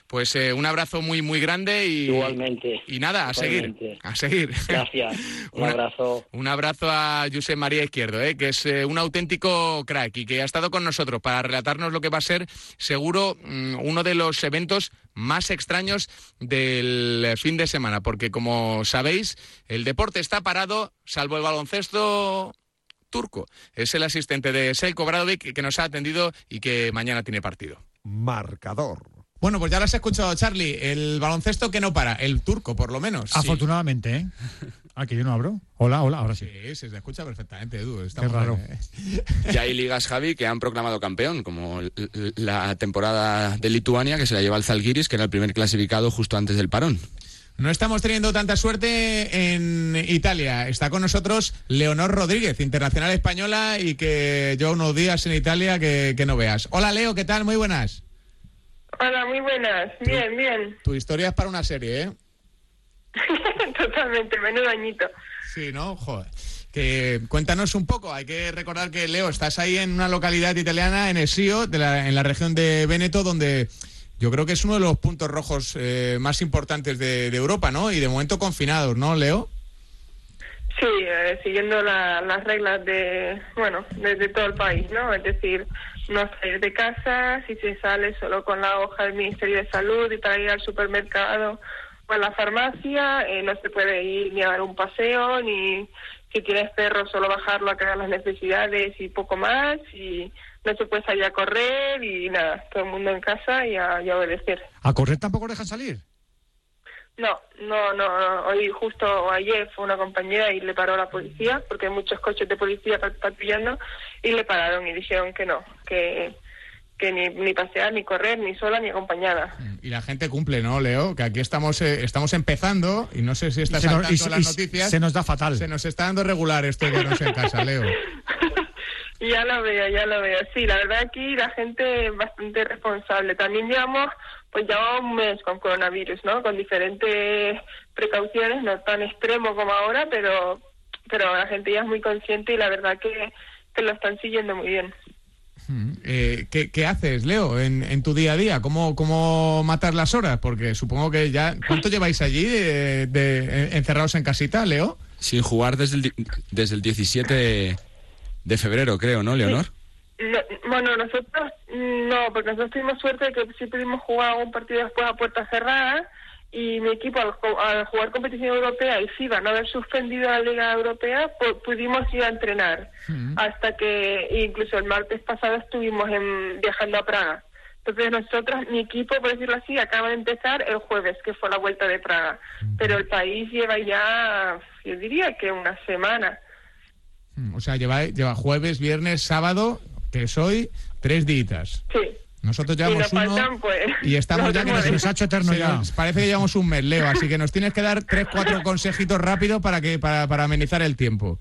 Speaker 3: pues eh, un abrazo muy, muy grande y...
Speaker 7: Igualmente.
Speaker 3: Y nada, a seguir.
Speaker 7: Igualmente.
Speaker 3: A seguir.
Speaker 7: Gracias. Un
Speaker 3: Una-
Speaker 7: abrazo.
Speaker 3: Un abrazo a Josep María Izquierdo, eh, que es eh, un auténtico crack y que ha estado con nosotros para relatarnos lo que va a ser, seguro, mm, uno de los eventos más extraños del fin de semana. Porque, como sabéis, el deporte está parado, salvo el baloncesto turco. Es el asistente de Selko Bradovic que nos ha atendido y que mañana tiene partido.
Speaker 4: Marcador.
Speaker 30: Bueno, pues ya lo has escuchado, Charlie. El baloncesto que no para, el turco, por lo menos.
Speaker 4: Afortunadamente, ¿eh? Ah, que yo no abro. Hola, hola, ahora sí.
Speaker 30: Sí, se te escucha perfectamente, Edu.
Speaker 4: Qué
Speaker 30: Estamos
Speaker 4: raro.
Speaker 30: bien, ¿eh?
Speaker 31: Ya hay ligas, Javi, que han proclamado campeón, como l- l- la temporada de Lituania, que se la lleva el Zalgiris, que era el primer clasificado justo antes del parón.
Speaker 3: No estamos teniendo tanta suerte en Italia. Está con nosotros Leonor Rodríguez, internacional española, y que lleva unos días en Italia que, que no veas. Hola Leo, ¿qué tal? Muy buenas.
Speaker 2: Hola, muy buenas. Bien, bien.
Speaker 3: Tu historia es para una serie, ¿eh?
Speaker 2: Totalmente, menudo añito.
Speaker 3: Sí, ¿no? Joder. Que, cuéntanos un poco, hay que recordar que Leo, estás ahí en una localidad italiana, en Esio, de la, en la región de Veneto, donde yo creo que es uno de los puntos rojos eh, más importantes de, de, Europa, ¿no? Y de momento confinados, ¿no, Leo?
Speaker 2: Sí, eh, siguiendo la, las reglas de, bueno, de, de, todo el país, ¿no? Es decir, no salir de casa, si se sale solo con la hoja del Ministerio de Salud y para ir al supermercado o a la farmacia, eh, no se puede ir ni a dar un paseo, ni si tienes perro solo bajarlo a cagar las necesidades y poco más, y no se puede salir a correr y nada, todo el mundo en casa y a, y a obedecer.
Speaker 4: ¿A correr tampoco dejan salir?
Speaker 2: No, no, no, no. Hoy justo ayer fue una compañera y le paró la policía, porque hay muchos coches de policía patrullando, y le pararon y dijeron que no, que, que ni, ni, pasear, ni correr, ni sola, ni acompañada.
Speaker 3: Y la gente cumple, ¿no, Leo? Que aquí estamos eh, estamos empezando, y no sé si estás al tanto las noticias.
Speaker 4: Se nos da fatal.
Speaker 3: Se nos está dando regular esto de no en casa, Leo.
Speaker 2: Ya lo veo, ya lo veo. Sí, la verdad aquí la gente es bastante responsable. También llevamos, pues ya un mes con coronavirus, ¿no? Con diferentes precauciones, no tan extremo como ahora, pero, pero la gente ya es muy consciente y la verdad que, que lo están siguiendo muy bien.
Speaker 3: Eh, ¿qué, ¿qué, haces, Leo, en, en, tu día a día? ¿Cómo, ¿Cómo matas las horas? Porque supongo que ya... ¿Cuánto lleváis allí de, de, encerrados en casita, Leo?
Speaker 31: Sin jugar desde el, desde el 17 de febrero, creo, ¿no, Leonor? Sí.
Speaker 2: No, bueno, nosotros no, porque nosotros tuvimos suerte de que sí pudimos jugar un partido después a puerta cerrada y mi equipo al, al jugar competición europea y FIBA no haber suspendido la Liga Europea, pues, pudimos ir a entrenar uh
Speaker 4: Hmm.
Speaker 2: -huh. hasta que incluso el martes pasado estuvimos en, viajando a Praga. Entonces nosotros, mi equipo, por decirlo así, acaba de empezar el jueves, que fue la vuelta de Praga, uh -huh. pero el país lleva ya, yo diría que una semana.
Speaker 3: O sea, lleva, lleva jueves, viernes, sábado, que es hoy, tres días.
Speaker 2: Sí.
Speaker 3: Nosotros llevamos
Speaker 2: y nos faltan,
Speaker 3: uno
Speaker 2: pues,
Speaker 3: y estamos ya que nos,
Speaker 4: nos ha hecho eterno
Speaker 3: sí,
Speaker 4: ya.
Speaker 3: Parece que llevamos un mes, Leo, así que nos tienes que dar tres, cuatro consejitos rápidos para que para, para amenizar el tiempo.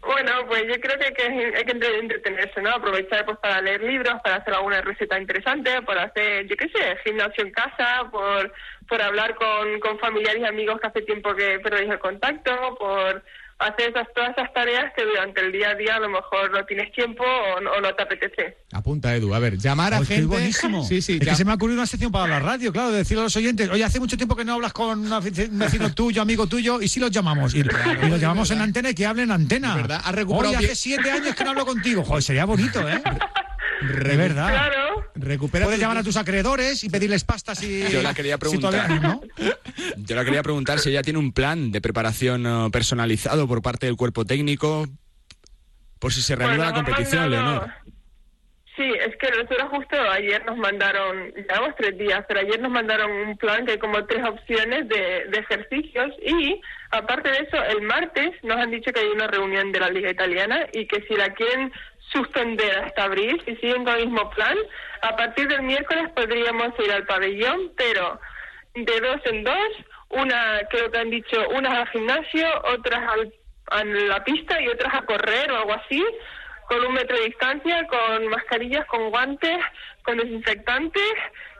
Speaker 2: Bueno, pues yo creo que hay que, hay que entretenerse, ¿no? Aprovechar pues para leer libros, para hacer alguna receta interesante, por hacer, yo qué sé, gimnasio en casa, por, por hablar con, con familiares y amigos que hace tiempo que perdéis el contacto, por hacer esas, todas esas tareas que durante el día a día a lo mejor no tienes tiempo o no, o no te apetece.
Speaker 3: Apunta, Edu. A ver, llamar a
Speaker 4: Ay,
Speaker 3: gente.
Speaker 4: Qué buenísimo.
Speaker 3: Sí, sí,
Speaker 4: es que se me ha ocurrido una sección para la radio, claro, de decirle a los oyentes, oye, hace mucho tiempo que no hablas con un vecino tuyo, amigo tuyo, y sí los llamamos. Y, claro, y los llamamos en antena y que hablen en antena.
Speaker 3: ¿Verdad? ¿Has recuperado
Speaker 4: oye, hace siete años que no hablo contigo. Joder, sería bonito, ¿eh?
Speaker 3: Re
Speaker 4: verdad.
Speaker 2: Claro.
Speaker 3: Recupera
Speaker 4: Puedes llamar a tus acreedores y pedirles pastas y.
Speaker 31: Yo la quería preguntar.
Speaker 4: Si ¿no?
Speaker 31: Yo la quería preguntar si ella tiene un plan de preparación eh, personalizado por parte del cuerpo técnico por si se reanuda bueno, la competición, Leonor. No.
Speaker 2: Sí, es que nosotros justo ayer nos mandaron, llevamos tres días, pero ayer nos mandaron un plan que hay como tres opciones de, de ejercicios y aparte de eso, el martes nos han dicho que hay una reunión de la Liga Italiana y que si la quieren suspender hasta abril y siguen con el mismo plan. A partir del miércoles podríamos ir al pabellón, pero de dos en dos, una creo que han dicho, unas al gimnasio, otras al, a la pista y otras a correr o algo así, con un metro de distancia, con mascarillas, con guantes, con desinfectantes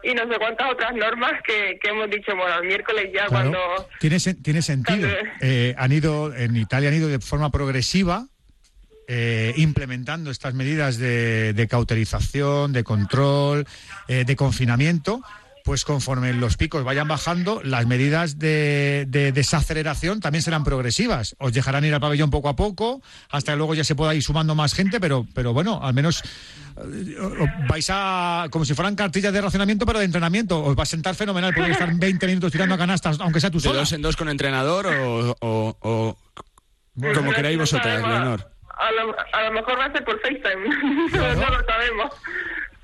Speaker 2: y no sé cuántas otras normas que, que hemos dicho, bueno, el miércoles ya
Speaker 4: claro.
Speaker 2: cuando...
Speaker 4: Tiene, tiene sentido. Eh, han ido, en Italia han ido de forma progresiva. Eh, implementando estas medidas de, de cauterización, de control, eh, de confinamiento, pues conforme los picos vayan bajando, las medidas de, de, desaceleración también serán progresivas. Os dejarán ir al pabellón poco a poco, hasta que luego ya se pueda ir sumando más gente, pero, pero bueno, al menos Eh, vais a, como si fueran cartillas de racionamiento, pero de entrenamiento. Os va a sentar fenomenal, podéis estar 20 minutos tirando a canastas, aunque sea tú
Speaker 31: solo. ¿De dos en dos con entrenador o, o, o bueno, como queráis vosotras, Leonor?
Speaker 2: A lo, a lo, mejor va a ser por FaceTime, claro. no lo sabemos.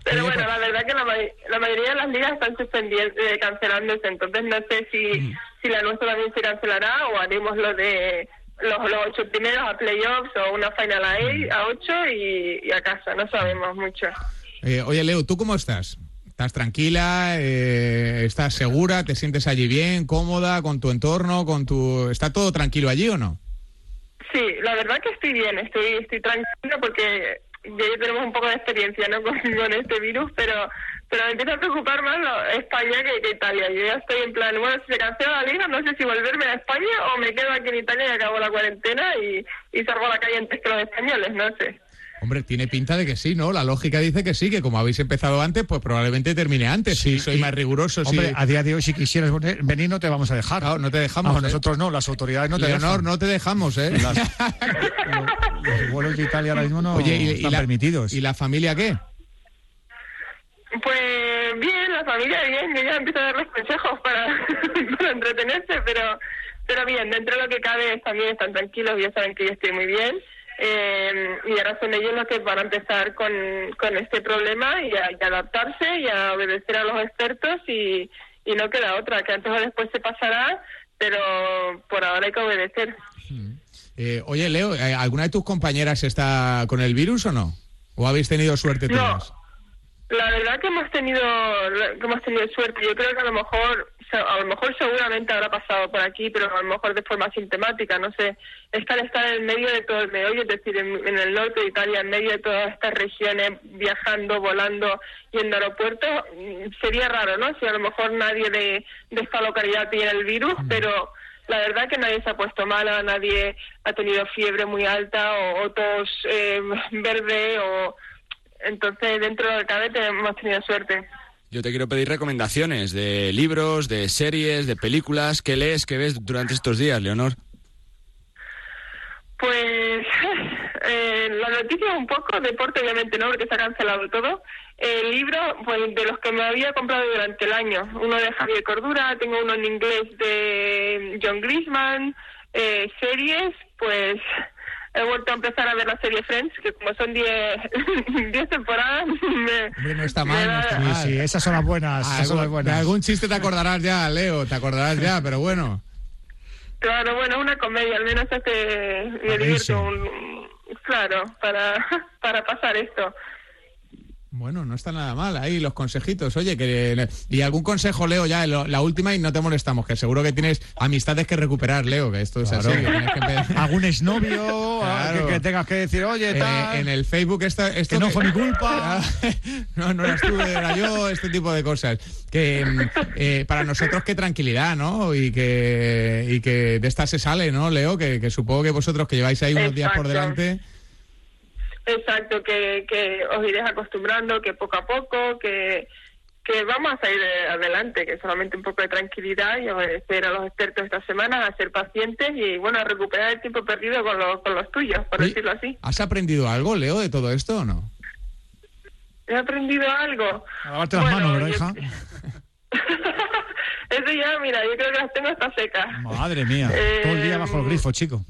Speaker 2: Pero bueno, la verdad que la, ma la mayoría de las ligas están suspendiendo, eh, cancelándose, entonces no sé si, mm. si la nuestra también se cancelará o haremos lo de los, los ocho primeros a playoffs o una final a, eight, a ocho y, y, a casa, no sabemos mucho.
Speaker 3: Eh, oye, Leo, ¿tú cómo estás? Estás tranquila, eh, estás segura, te sientes allí bien, cómoda, con tu entorno, con tu... ¿Está todo tranquilo allí o no?
Speaker 2: Sí, la verdad que estoy bien, estoy, estoy tranquila porque ya tenemos un poco de experiencia ¿no? con, con este virus, pero pero me empieza a preocupar más lo- España que, que Italia. Yo ya estoy en plan, bueno, si se cancela la liga, no sé si volverme a España o me quedo aquí en Italia y acabo la cuarentena y, y salgo a la calle antes que los españoles, no sé.
Speaker 3: Hombre, tiene pinta de que sí, ¿no? La lógica dice que sí, que como habéis empezado antes, pues probablemente termine antes. Sí, soy más riguroso.
Speaker 4: Hombre,
Speaker 3: sí.
Speaker 4: a día de hoy, si quisieras venir, venir, no te vamos a dejar. No,
Speaker 3: te dejamos. ¿eh?
Speaker 4: Nosotros no, las autoridades no te
Speaker 3: Leonor,
Speaker 4: dejan.
Speaker 3: no te dejamos, ¿eh?
Speaker 4: Las- Los vuelos de Italia ahora mismo no
Speaker 3: Oye, ¿y- y
Speaker 4: están
Speaker 3: la-
Speaker 4: permitidos.
Speaker 3: ¿Y la familia qué?
Speaker 2: Pues bien, la familia bien, yo ya empiezo a dar los consejos para, para entretenerse, pero, pero bien, dentro de lo que cabe también están tranquilos, ya saben que yo estoy muy bien. eh, y ahora son ellos los que van a empezar con, con este problema y a, y a adaptarse y a obedecer a los expertos y, y no queda otra, que antes o después se pasará, pero por ahora hay que obedecer.
Speaker 3: Eh, oye, Leo, eh, ¿alguna de tus compañeras está con el virus o no? ¿O habéis tenido suerte
Speaker 2: No.
Speaker 3: todas?
Speaker 2: La verdad que hemos tenido que hemos tenido suerte. Yo creo que a lo mejor se- a lo mejor seguramente habrá pasado por aquí, pero a lo mejor de forma sintemática, no sé. Es que al estar en el medio de todo el meollo, es decir, en, en el norte de Italia, en medio de todas estas regiones, viajando, volando, yendo a aeropuertos, mm, sería raro, ¿no? Si a lo mejor nadie de, de esta localidad tiene el virus, pero la verdad que nadie se ha puesto mala, nadie ha tenido fiebre muy alta o, o tos eh, verde o... Entonces, dentro de lo que cabe, te- hemos tenido suerte.
Speaker 31: Yo te quiero pedir recomendaciones de libros, de series, de películas. ¿Qué lees, qué ves durante estos días, Leonor?
Speaker 2: Pues eh, la noticia un poco, deporte obviamente no, porque se ha cancelado todo. El libro, pues de los que me había comprado durante el año, uno de Javier Cordura, tengo uno en inglés de John Grishman, eh, series, pues he vuelto a empezar a ver la serie Friends, que como son 10 diez temporadas, me,
Speaker 3: Hombre, no está mal, no está
Speaker 4: Sí,
Speaker 3: mal.
Speaker 4: sí, esas son las buenas.
Speaker 3: Ah,
Speaker 4: esas son las
Speaker 3: algún-
Speaker 4: buenas.
Speaker 3: de algún chiste te acordarás ya, Leo, te acordarás ya, pero bueno.
Speaker 2: claro, bueno, una comedia, al menos hace, me divierto, un- claro, para, para pasar esto.
Speaker 3: Bueno, no está nada mal ahí los consejitos. Oye, que y algún consejo, Leo, ya lo- la última y no te molestamos, que seguro que tienes amistades que recuperar, Leo, que esto es así. que tienes que empezar-
Speaker 4: Algún exnovio ah,
Speaker 3: Claro.
Speaker 4: que, que tengas que decir, oye,
Speaker 3: Eh,
Speaker 4: tal.
Speaker 3: en el Facebook esto, esto
Speaker 4: que no
Speaker 3: que-
Speaker 4: fue mi culpa.
Speaker 3: no, no eras tú, era yo, este tipo de cosas. Que mm, eh, para nosotros qué tranquilidad, ¿no? Y que, y que de esta se sale, ¿no, Leo? Que, que supongo que vosotros que lleváis ahí unos días por
Speaker 2: Exacto.
Speaker 3: delante.
Speaker 2: Exacto, que, que os iréis acostumbrando, que poco a poco, que, que vamos a salir eh, adelante, que solamente un poco de tranquilidad y obedecer a los expertos esta semana, a ser pacientes y bueno, a recuperar el tiempo perdido con los, con los tuyos, por decirlo así.
Speaker 3: ¿Has aprendido algo, Leo, de todo esto o no?
Speaker 2: ¿He aprendido algo?
Speaker 4: A lavarte las manos, ¿verdad, hija?
Speaker 2: Eso ya, mira, yo creo que las tengo hasta secas. Eh,
Speaker 4: Madre mía, todo el día bajo el grifo, chico.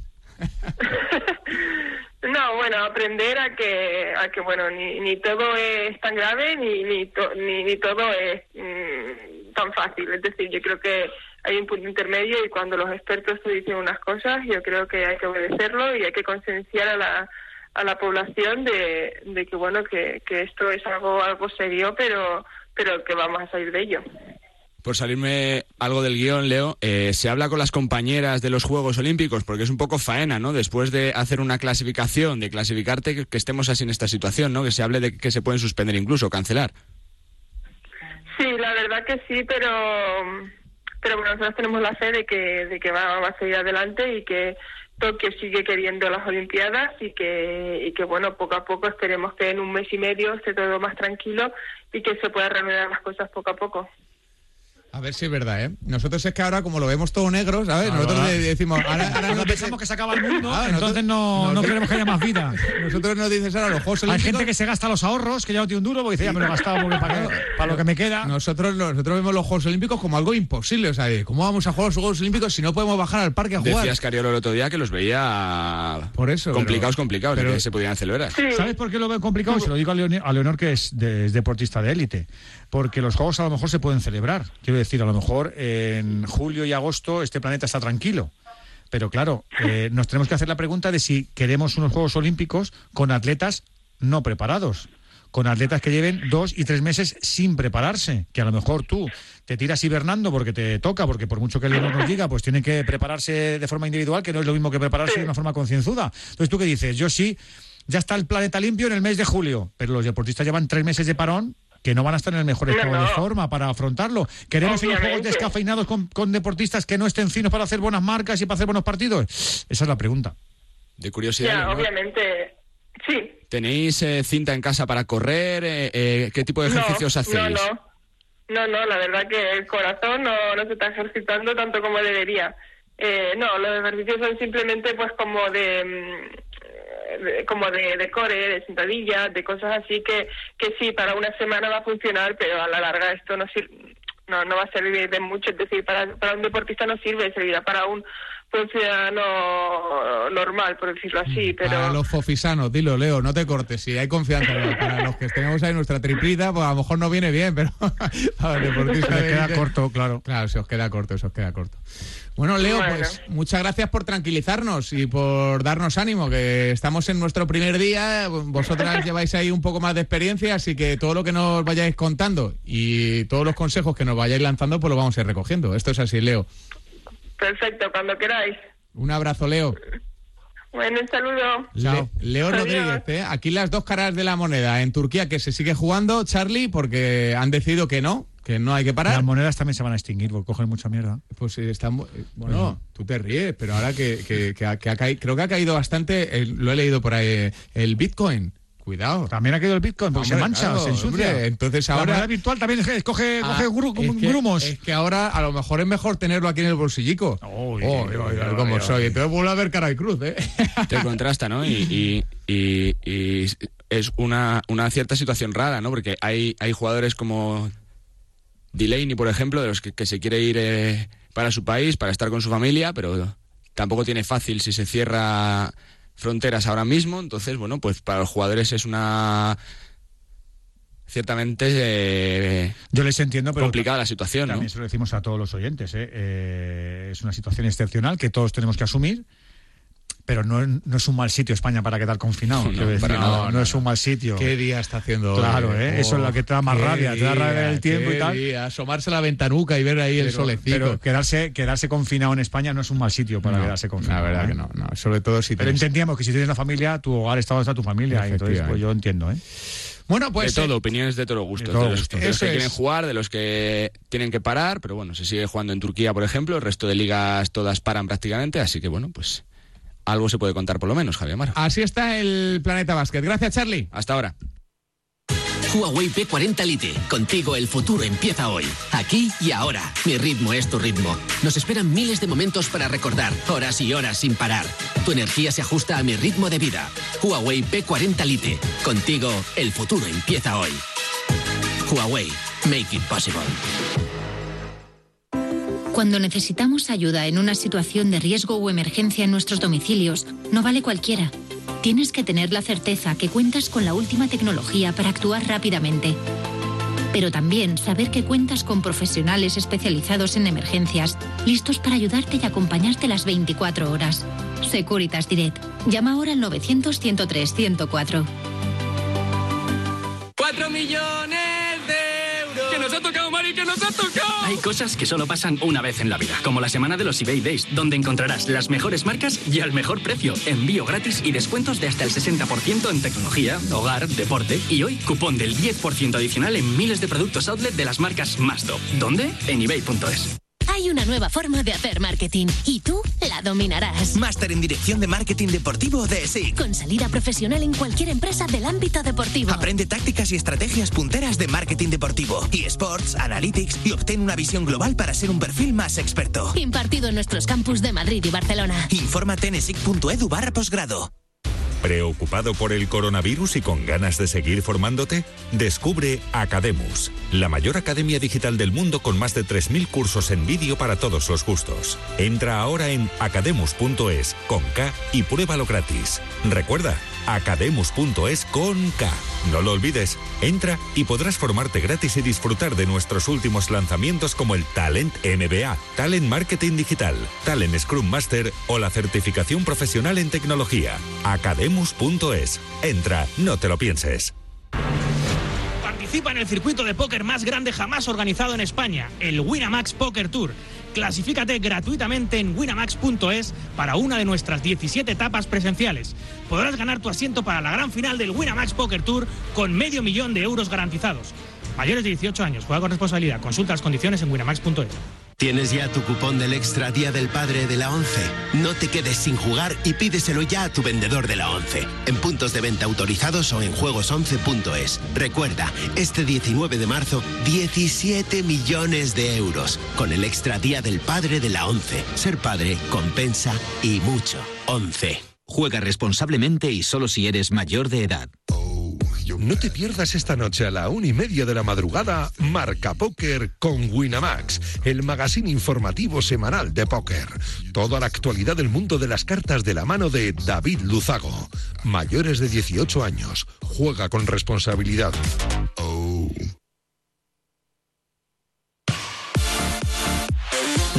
Speaker 2: No, bueno, aprender a que, a que bueno, ni, ni todo es tan grave ni ni, to- ni, ni todo es mm, tan fácil. Es decir, yo creo que hay un punto intermedio y cuando los expertos te dicen unas cosas, yo creo que hay que obedecerlo y hay que concienciar a la, a la población de, de que bueno que, que esto es algo algo serio, pero pero que vamos a salir de ello.
Speaker 31: Por salirme algo del guión, Leo, eh, se habla con las compañeras de los Juegos Olímpicos porque es un poco faena, ¿no? Después de hacer una clasificación, de clasificarte, que, que estemos así en esta situación, ¿no? Que se hable de que se pueden suspender incluso, cancelar.
Speaker 2: Sí, la verdad que sí, pero pero bueno, nosotros tenemos la fe de que de que va, va a seguir adelante y que Tokio sigue queriendo las Olimpiadas y que y que bueno, poco a poco esperemos que en un mes y medio esté todo más tranquilo y que se pueda reanudar las cosas poco a poco.
Speaker 3: A ver si es verdad, ¿eh? Nosotros es que ahora, como lo vemos todo negro, ¿sabes?
Speaker 4: Claro,
Speaker 3: nosotros
Speaker 4: ahora-
Speaker 3: le decimos, "Ah, ahora, ahora
Speaker 4: Cuando
Speaker 3: nos
Speaker 4: pensamos que se acaba el mundo,
Speaker 3: Ah,
Speaker 4: entonces no, no
Speaker 3: nosotros-
Speaker 4: queremos que haya más vida.
Speaker 3: dice- nosotros nos dices ahora los Juegos
Speaker 4: Hay
Speaker 3: Olímpicos.
Speaker 4: gente que se gasta los ahorros, que ya no tiene un duro, porque dice, ya me lo he gastado porque para, qué- para lo que me queda.
Speaker 3: Nosotros, nosotros vemos los Juegos Olímpicos como algo imposible. O sea, de ¿cómo vamos a jugar los Juegos Olímpicos si no podemos bajar al parque a jugar?
Speaker 31: Decías Cariolo el otro día que los veía
Speaker 3: Por eso,
Speaker 31: complicados,
Speaker 3: pero-
Speaker 31: complicados,
Speaker 3: pero-
Speaker 31: de que se podían celebrar.
Speaker 4: ¿Sabes por qué lo veo complicado? Se lo digo a Leone- a Leonor, que es, de- es deportista de élite. Porque los juegos a lo mejor se pueden celebrar. Quiero decir, a lo mejor en julio y agosto este planeta está tranquilo. Pero claro, eh, nos tenemos que hacer la pregunta de si queremos unos Juegos Olímpicos con atletas no preparados. con atletas que lleven dos y tres meses sin prepararse, que a lo mejor tú te tiras hibernando porque te toca, porque por mucho que el nos diga, pues tienen que prepararse de forma individual, que no es lo mismo que prepararse de una forma concienzuda. Entonces, ¿tú qué dices? Yo sí, ya está el planeta limpio en el mes de julio, pero los deportistas llevan tres meses de parón que no van a estar en el mejor estado de forma para afrontarlo. Queremos unos juegos
Speaker 32: Obviamente.
Speaker 4: descafeinados con, con deportistas que no estén finos para hacer buenas marcas y para hacer buenos partidos. Esa es la pregunta.
Speaker 31: De curiosidad.
Speaker 2: Ya,
Speaker 31: Leonor,
Speaker 2: obviamente, sí.
Speaker 31: ¿Tenéis eh, cinta en casa para correr? Eh, eh, ¿Qué tipo de ejercicios
Speaker 2: no,
Speaker 31: hacéis?
Speaker 2: No, no. No, no, la verdad que el corazón no, no se está ejercitando tanto como debería. Eh, no, los ejercicios son simplemente pues como de, mm, de- como de, de core, de sentadillas, de cosas así que, que sí, para una semana va a funcionar, pero a la larga esto no sir- no, no va a servir de mucho, es decir, para, para un deportista no sirve, servirá para un, para un ciudadano normal, por decirlo
Speaker 31: Mm,
Speaker 2: así, pero...
Speaker 3: Para los fofisanos, dilo, Leo, no te cortes. Si hay confianza, Leo. para los que tenemos ahí nuestra triplita, pues a lo mejor no viene bien, pero para el deportista
Speaker 4: Se
Speaker 3: de
Speaker 4: queda
Speaker 3: élite-
Speaker 4: corto, claro.
Speaker 3: Claro, se os queda corto, se os queda corto. Bueno, Leo,
Speaker 4: Bueno.
Speaker 3: pues muchas gracias por tranquilizarnos y por darnos ánimo, que estamos en nuestro primer día, vosotras lleváis ahí un poco más de experiencia, así que todo lo que nos vayáis contando y todos los consejos que nos vayáis lanzando, pues lo vamos a ir recogiendo. Esto es así, Leo.
Speaker 2: Perfecto, cuando queráis.
Speaker 3: Un abrazo, Leo.
Speaker 2: Bueno, un saludo.
Speaker 3: Leo, Leo
Speaker 2: Adiós.
Speaker 3: Rodríguez, ¿eh? aquí las dos caras de la moneda. En Turquía que se sigue jugando, Charlie, porque han decidido que no, que no hay que parar.
Speaker 4: Las monedas también se van a extinguir porque cogen mucha mierda.
Speaker 3: Pues sí, está mu- eh, bueno, tú te ríes, pero ahora que, que- que ha, que ha caí- creo que ha caído bastante, el- lo he leído por ahí, eh, el Bitcoin. Cuidado.
Speaker 4: También ha caído el Bitcoin porque se mancha, se ensucia.
Speaker 3: entonces
Speaker 4: La
Speaker 3: ahora
Speaker 4: moneda virtual también es- coge,
Speaker 3: Ah,
Speaker 4: coge gru-
Speaker 3: es que-
Speaker 4: grumos.
Speaker 3: Es que ahora a lo mejor es mejor tenerlo aquí en el bolsillico. Oh, mira, mira cómo soy. Entonces vuelvo a ver cara y cruz, ¿eh?
Speaker 31: Te contrasta, ¿no? Y, y- y- y es una, una cierta situación rara, ¿no? Porque hay, hay jugadores como Delaney, por ejemplo, de los que, que se quiere ir eh, para su país, para estar con su familia, pero tampoco tiene fácil si se cierra fronteras ahora mismo. Entonces, bueno, pues para los jugadores es una... Ciertamente eh,
Speaker 4: Yo les entiendo, pero
Speaker 31: complicada la situación, ¿no?
Speaker 4: También se lo decimos a todos los oyentes. ¿eh? Eh, es una situación excepcional que todos tenemos que asumir, pero no, no es un mal sitio España para quedar confinado.
Speaker 3: No,
Speaker 4: quiero decir,
Speaker 3: para
Speaker 4: no,
Speaker 3: nada,
Speaker 4: no
Speaker 3: no,
Speaker 4: es un mal sitio.
Speaker 3: ¿Qué día está haciendo? hoy? Oh,
Speaker 4: Claro, ¿eh? eso es lo que te da más
Speaker 3: qué
Speaker 4: rabia, te da rabia
Speaker 3: día,
Speaker 4: el tiempo y
Speaker 3: qué
Speaker 4: tal.
Speaker 3: día. Asomarse a la ventanuca y ver ahí el
Speaker 4: Pero-
Speaker 3: solecito.
Speaker 4: pero quedarse, quedarse confinado en España no es un mal sitio para
Speaker 3: No,
Speaker 4: quedarse confinado. ¿eh?
Speaker 3: la verdad que no, no, sobre todo si
Speaker 4: Pero
Speaker 3: tienes-
Speaker 4: entendíamos que si tienes una familia, tu hogar está donde está tu familia. y Entonces, pues yo entiendo, ¿eh?
Speaker 3: Bueno, pues,
Speaker 31: De todo, opiniones de todo gusto.
Speaker 4: de
Speaker 31: De,
Speaker 4: todo
Speaker 31: los,
Speaker 4: gusto.
Speaker 31: de los
Speaker 4: Eso
Speaker 31: que quieren
Speaker 4: es.
Speaker 31: jugar, de los que tienen que parar, pero bueno, se sigue jugando en Turquía, por ejemplo. El resto de ligas todas paran prácticamente, así que bueno, pues algo se puede contar por lo menos, Javier Amaro.
Speaker 3: Así está el planeta básquet. Gracias, Charlie.
Speaker 31: Hasta ahora.
Speaker 22: Huawei P40 Lite. Contigo el futuro empieza hoy. Aquí y ahora. Mi ritmo es tu ritmo. Nos esperan miles de momentos para recordar. Horas y horas sin parar. Tu energía se ajusta a mi ritmo de vida. Huawei P40 Lite. Contigo el futuro empieza hoy. Huawei. Make it possible.
Speaker 10: Cuando necesitamos ayuda en una situación de riesgo o emergencia en nuestros domicilios, no vale cualquiera. Tienes que tener la certeza que cuentas con la última tecnología para actuar rápidamente. Pero también saber que cuentas con profesionales especializados en emergencias, listos para ayudarte y acompañarte las 24 horas. Securitas Direct. Llama ahora al 900-103-104.
Speaker 33: 4 millones de euros. Que nos ha tocado, Mari, que nos ha tocado.
Speaker 15: Hay cosas que solo pasan una vez en la vida, como la semana de los eBay Days, donde encontrarás las mejores marcas y al mejor precio, envío gratis y descuentos de hasta el 60% en tecnología, hogar, deporte y hoy cupón del 10% adicional en miles de productos outlet de las marcas más top. ¿Dónde? En eBay.es.
Speaker 26: Hay una nueva forma de hacer marketing y tú la dominarás.
Speaker 13: Máster en Dirección de Marketing Deportivo de SIC.
Speaker 26: Con salida profesional en cualquier empresa del ámbito deportivo.
Speaker 13: Aprende tácticas y estrategias punteras de marketing deportivo, eSports, Analytics y obtén una visión global para ser un perfil más experto.
Speaker 26: Impartido en nuestros campus de Madrid y Barcelona.
Speaker 13: Infórmate en esic.edu barra posgrado.
Speaker 23: ¿Preocupado por el coronavirus y con ganas de seguir formándote? Descubre Academus, la mayor academia digital del mundo con más de 3.000 cursos en vídeo para todos los gustos. Entra ahora en academus.es con K y pruébalo gratis. Recuerda, academus.es con K. No lo olvides, entra y podrás formarte gratis y disfrutar de nuestros últimos lanzamientos como el Talent MBA, Talent Marketing Digital, Talent Scrum Master o la certificación profesional en tecnología. Academus.es. Entra, no te lo pienses.
Speaker 6: Participa en el circuito de póker más grande jamás organizado en España, el Winamax Poker Tour. Clasifícate gratuitamente en winamax.es para una de nuestras 17 etapas presenciales. Podrás ganar tu asiento para la gran final del Winamax Poker Tour con medio millón de euros garantizados. Mayores de 18 años, juega con responsabilidad. Consulta las condiciones en winamax.es.
Speaker 27: ¿Tienes ya tu cupón del Extra Día del Padre de la 11? No te quedes sin jugar y pídeselo ya a tu vendedor de la 11, en puntos de venta autorizados o en juegos11.es. Recuerda, este 19 de marzo, 17 millones de euros con el Extra Día del Padre de la 11. Ser padre compensa y mucho. 11.
Speaker 34: Juega responsablemente y solo si eres mayor de edad.
Speaker 16: No te pierdas esta noche a la una y media de la madrugada Marca Póker con Winamax, el magazine informativo semanal de póker. Toda la actualidad del mundo de las cartas de la mano de David Luzago. Mayores de 18 años, juega con responsabilidad.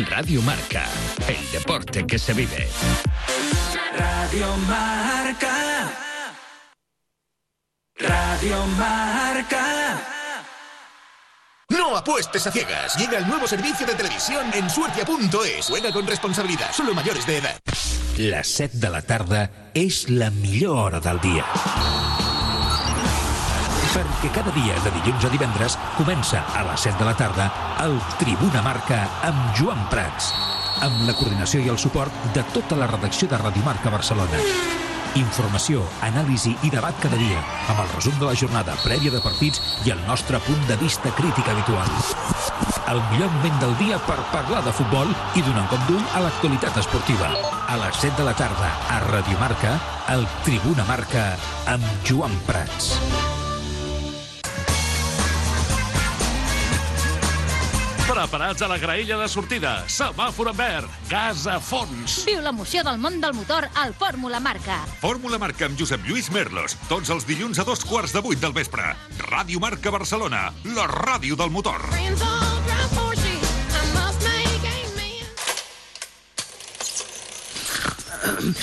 Speaker 35: Radio Marca, el deporte que se vive.
Speaker 36: Radio Marca. Radio Marca.
Speaker 13: No apuestes a ciegas. Llega el nuevo servicio de televisión en suertia.es. Juega con responsabilidad. Solo mayores de edad.
Speaker 12: Les 7 de la tarda és la millor hora del dia. Perquè cada dia de dilluns a divendres comença a les 7 de la tarda el Tribuna Marca amb Joan Prats. Amb la coordinació i el suport de tota la redacció de Radio Marca Barcelona. Informació, anàlisi i debat cada dia, amb el resum de la jornada prèvia de partits i el nostre punt de vista crític habitual. El millor moment del dia per parlar de futbol i donar un cop d'ull a l'actualitat esportiva. A les 7 de la tarda, a Radio Marca, el Tribuna Marca, amb Joan Prats.
Speaker 23: Preparats a la graella de sortida. Semàfor en verd. Gas a fons.
Speaker 26: Viu l'emoció del món del motor al Fórmula Marca.
Speaker 23: Fórmula Marca amb Josep Lluís Merlos. Tots els dilluns a dos quarts de vuit del vespre. Ràdio Marca Barcelona. La ràdio del motor.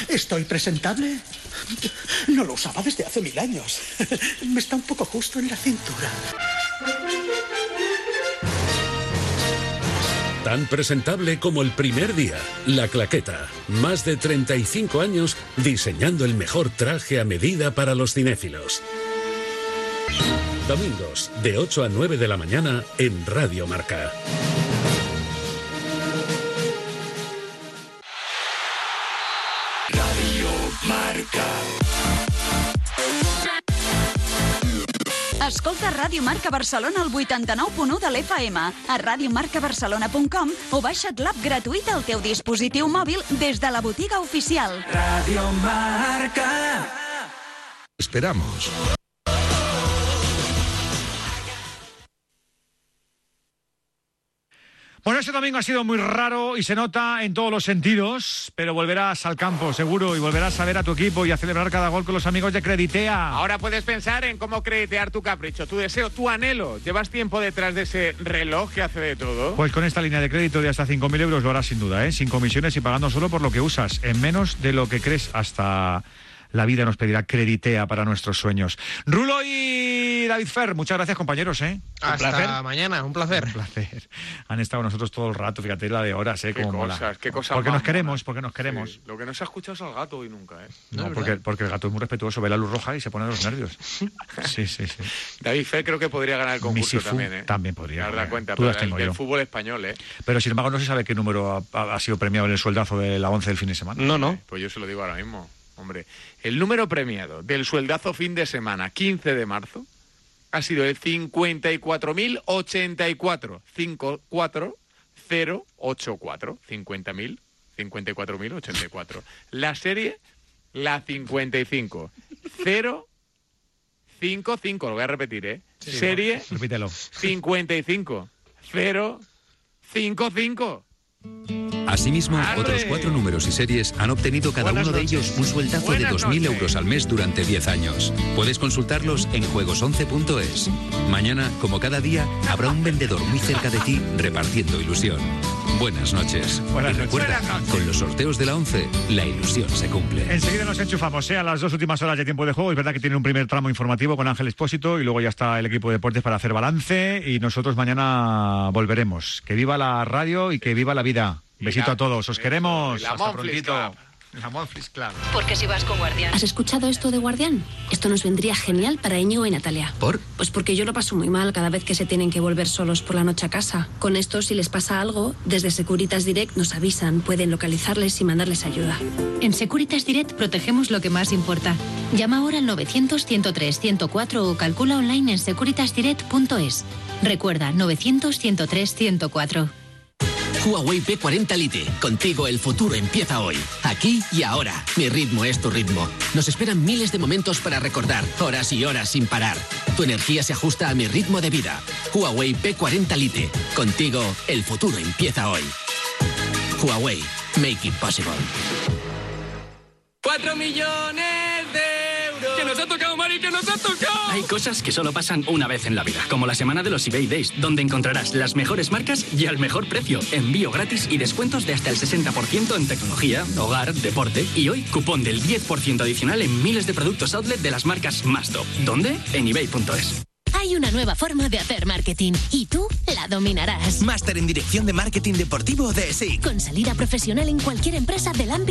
Speaker 14: Estoy presentable. No lo usaba desde hace mil años. Me está un poco justo en la cintura.
Speaker 37: Tan presentable como el primer día, La Claqueta. Más de 35 años diseñando el mejor traje a medida para los cinéfilos. Domingos, de 8 a 9 de la mañana, en Radio Marca.
Speaker 36: Radio Marca.
Speaker 17: Escolta Ràdio Marca Barcelona al 89.1 de l'FM, a radiomarcabarcelona.com o baixa't l'app gratuïta al teu dispositiu mòbil des de la botiga oficial.
Speaker 36: Radio Marca.
Speaker 16: Esperamos.
Speaker 4: Bueno, este domingo ha sido muy raro y se nota en todos los sentidos, pero volverás al campo seguro y volverás a ver a tu equipo y a celebrar cada gol con los amigos de Creditea.
Speaker 3: Ahora puedes pensar en cómo credetear tu capricho, tu deseo, tu anhelo. ¿Llevas tiempo detrás de ese reloj que hace de todo?
Speaker 4: Pues con esta línea de crédito de hasta 5.000 euros lo harás sin duda, ¿eh? sin comisiones y pagando solo por lo que usas, en menos de lo que crees hasta la vida nos pedirá creditea para nuestros sueños. Rulo y David Fer, muchas gracias compañeros. ¿eh? Un
Speaker 3: Hasta
Speaker 4: placer.
Speaker 3: mañana, un placer.
Speaker 4: Un placer. Han estado con nosotros todo el rato, fíjate la de horas, ¿eh?
Speaker 3: Qué
Speaker 4: Cómo mola.
Speaker 3: cosas, qué cosas
Speaker 4: Porque
Speaker 3: más
Speaker 4: nos queremos, porque nos queremos.
Speaker 3: Lo que no se ha escuchado es al gato hoy nunca, ¿eh?
Speaker 4: No, porque, porque el gato es muy respetuoso, ve la luz roja y se pone de los nervios. Sí, sí, sí.
Speaker 3: David Fer creo que podría ganar el concurso
Speaker 4: Misifu
Speaker 3: también, ¿eh?
Speaker 4: también podría
Speaker 3: Dar la
Speaker 4: ganar.
Speaker 3: cuenta,
Speaker 4: Dudas
Speaker 3: pero el,
Speaker 4: tengo
Speaker 3: del
Speaker 4: yo.
Speaker 3: fútbol español, ¿eh?
Speaker 4: Pero sin embargo no se sabe qué número ha, ha- ha sido premiado en el sueldazo de la 11 del fin de semana.
Speaker 3: No, no. Pues yo se lo digo ahora mismo, hombre. El número premiado del sueldazo fin de semana, 15 de marzo, ha sido el 54.084. 54084. 50.000, 54.084. La serie, la 55. 055, lo voy a repetir, ¿eh? serie
Speaker 4: Repítelo.
Speaker 3: 55. 055.
Speaker 35: Asimismo,
Speaker 3: ¡Arre!
Speaker 35: otros cuatro números y series han obtenido cada
Speaker 3: Buenas
Speaker 35: uno de
Speaker 3: noches.
Speaker 35: ellos un sueldazo
Speaker 3: Buenas
Speaker 35: de 2.000
Speaker 3: noches.
Speaker 35: euros al mes durante 10 años. Puedes consultarlos en juegos11.es. Mañana, como cada día, habrá un vendedor muy cerca de ti repartiendo ilusión.
Speaker 12: Buenas noches.
Speaker 4: Buenas
Speaker 12: Y recuerda,
Speaker 4: noches. Buenas noches.
Speaker 12: Con los sorteos de la 11, la ilusión se cumple.
Speaker 4: Enseguida nos enchufamos, ¿eh? a las dos últimas horas de tiempo de juego. Es verdad que tiene un primer tramo informativo con Ángel Expósito y luego ya está el equipo de deportes para hacer balance. Y nosotros mañana volveremos. Que viva la radio y que viva la vida. Besito a todos, os queremos.
Speaker 3: la
Speaker 4: Hasta
Speaker 3: Monfils
Speaker 4: prontito. La Monfils Club.
Speaker 38: Porque si vas con Guardián.
Speaker 17: ¿Has escuchado esto de Guardián? Esto nos vendría genial para Íñigo y Natalia.
Speaker 12: ¿Por?
Speaker 17: Pues porque yo lo paso muy mal cada vez que se tienen que volver solos por la noche a casa. Con esto, si les pasa algo, desde Securitas Direct nos avisan, pueden localizarles y mandarles ayuda.
Speaker 10: En Securitas Direct protegemos lo que más importa. Llama ahora al 900-103-104 o calcula online en securitasdirect.es. Recuerda, 900-103-104.
Speaker 22: Huawei P40 Lite. Contigo el futuro empieza hoy. Aquí y ahora. Mi ritmo es tu ritmo. Nos esperan miles de momentos para recordar, horas y horas sin parar. Tu energía se ajusta a mi ritmo de vida. Huawei P40 Lite. Contigo el futuro empieza hoy. Huawei. Make it possible.
Speaker 39: 4 millones de euros.
Speaker 15: ¡Que nos ha tocado, Mari! ¡Que nos ha tocado! Hay cosas que solo pasan una vez en la vida, como la semana de los eBay Days, donde encontrarás las mejores marcas y al mejor precio, envío gratis y descuentos de hasta el 60% en tecnología, hogar, deporte y hoy cupón del 10% adicional en miles de productos outlet de las marcas más top. ¿Dónde? En eBay.es.
Speaker 26: Hay una nueva forma de hacer marketing y tú la dominarás.
Speaker 13: Máster en Dirección de Marketing Deportivo de SIC.
Speaker 26: Con salida profesional en cualquier empresa del ámbito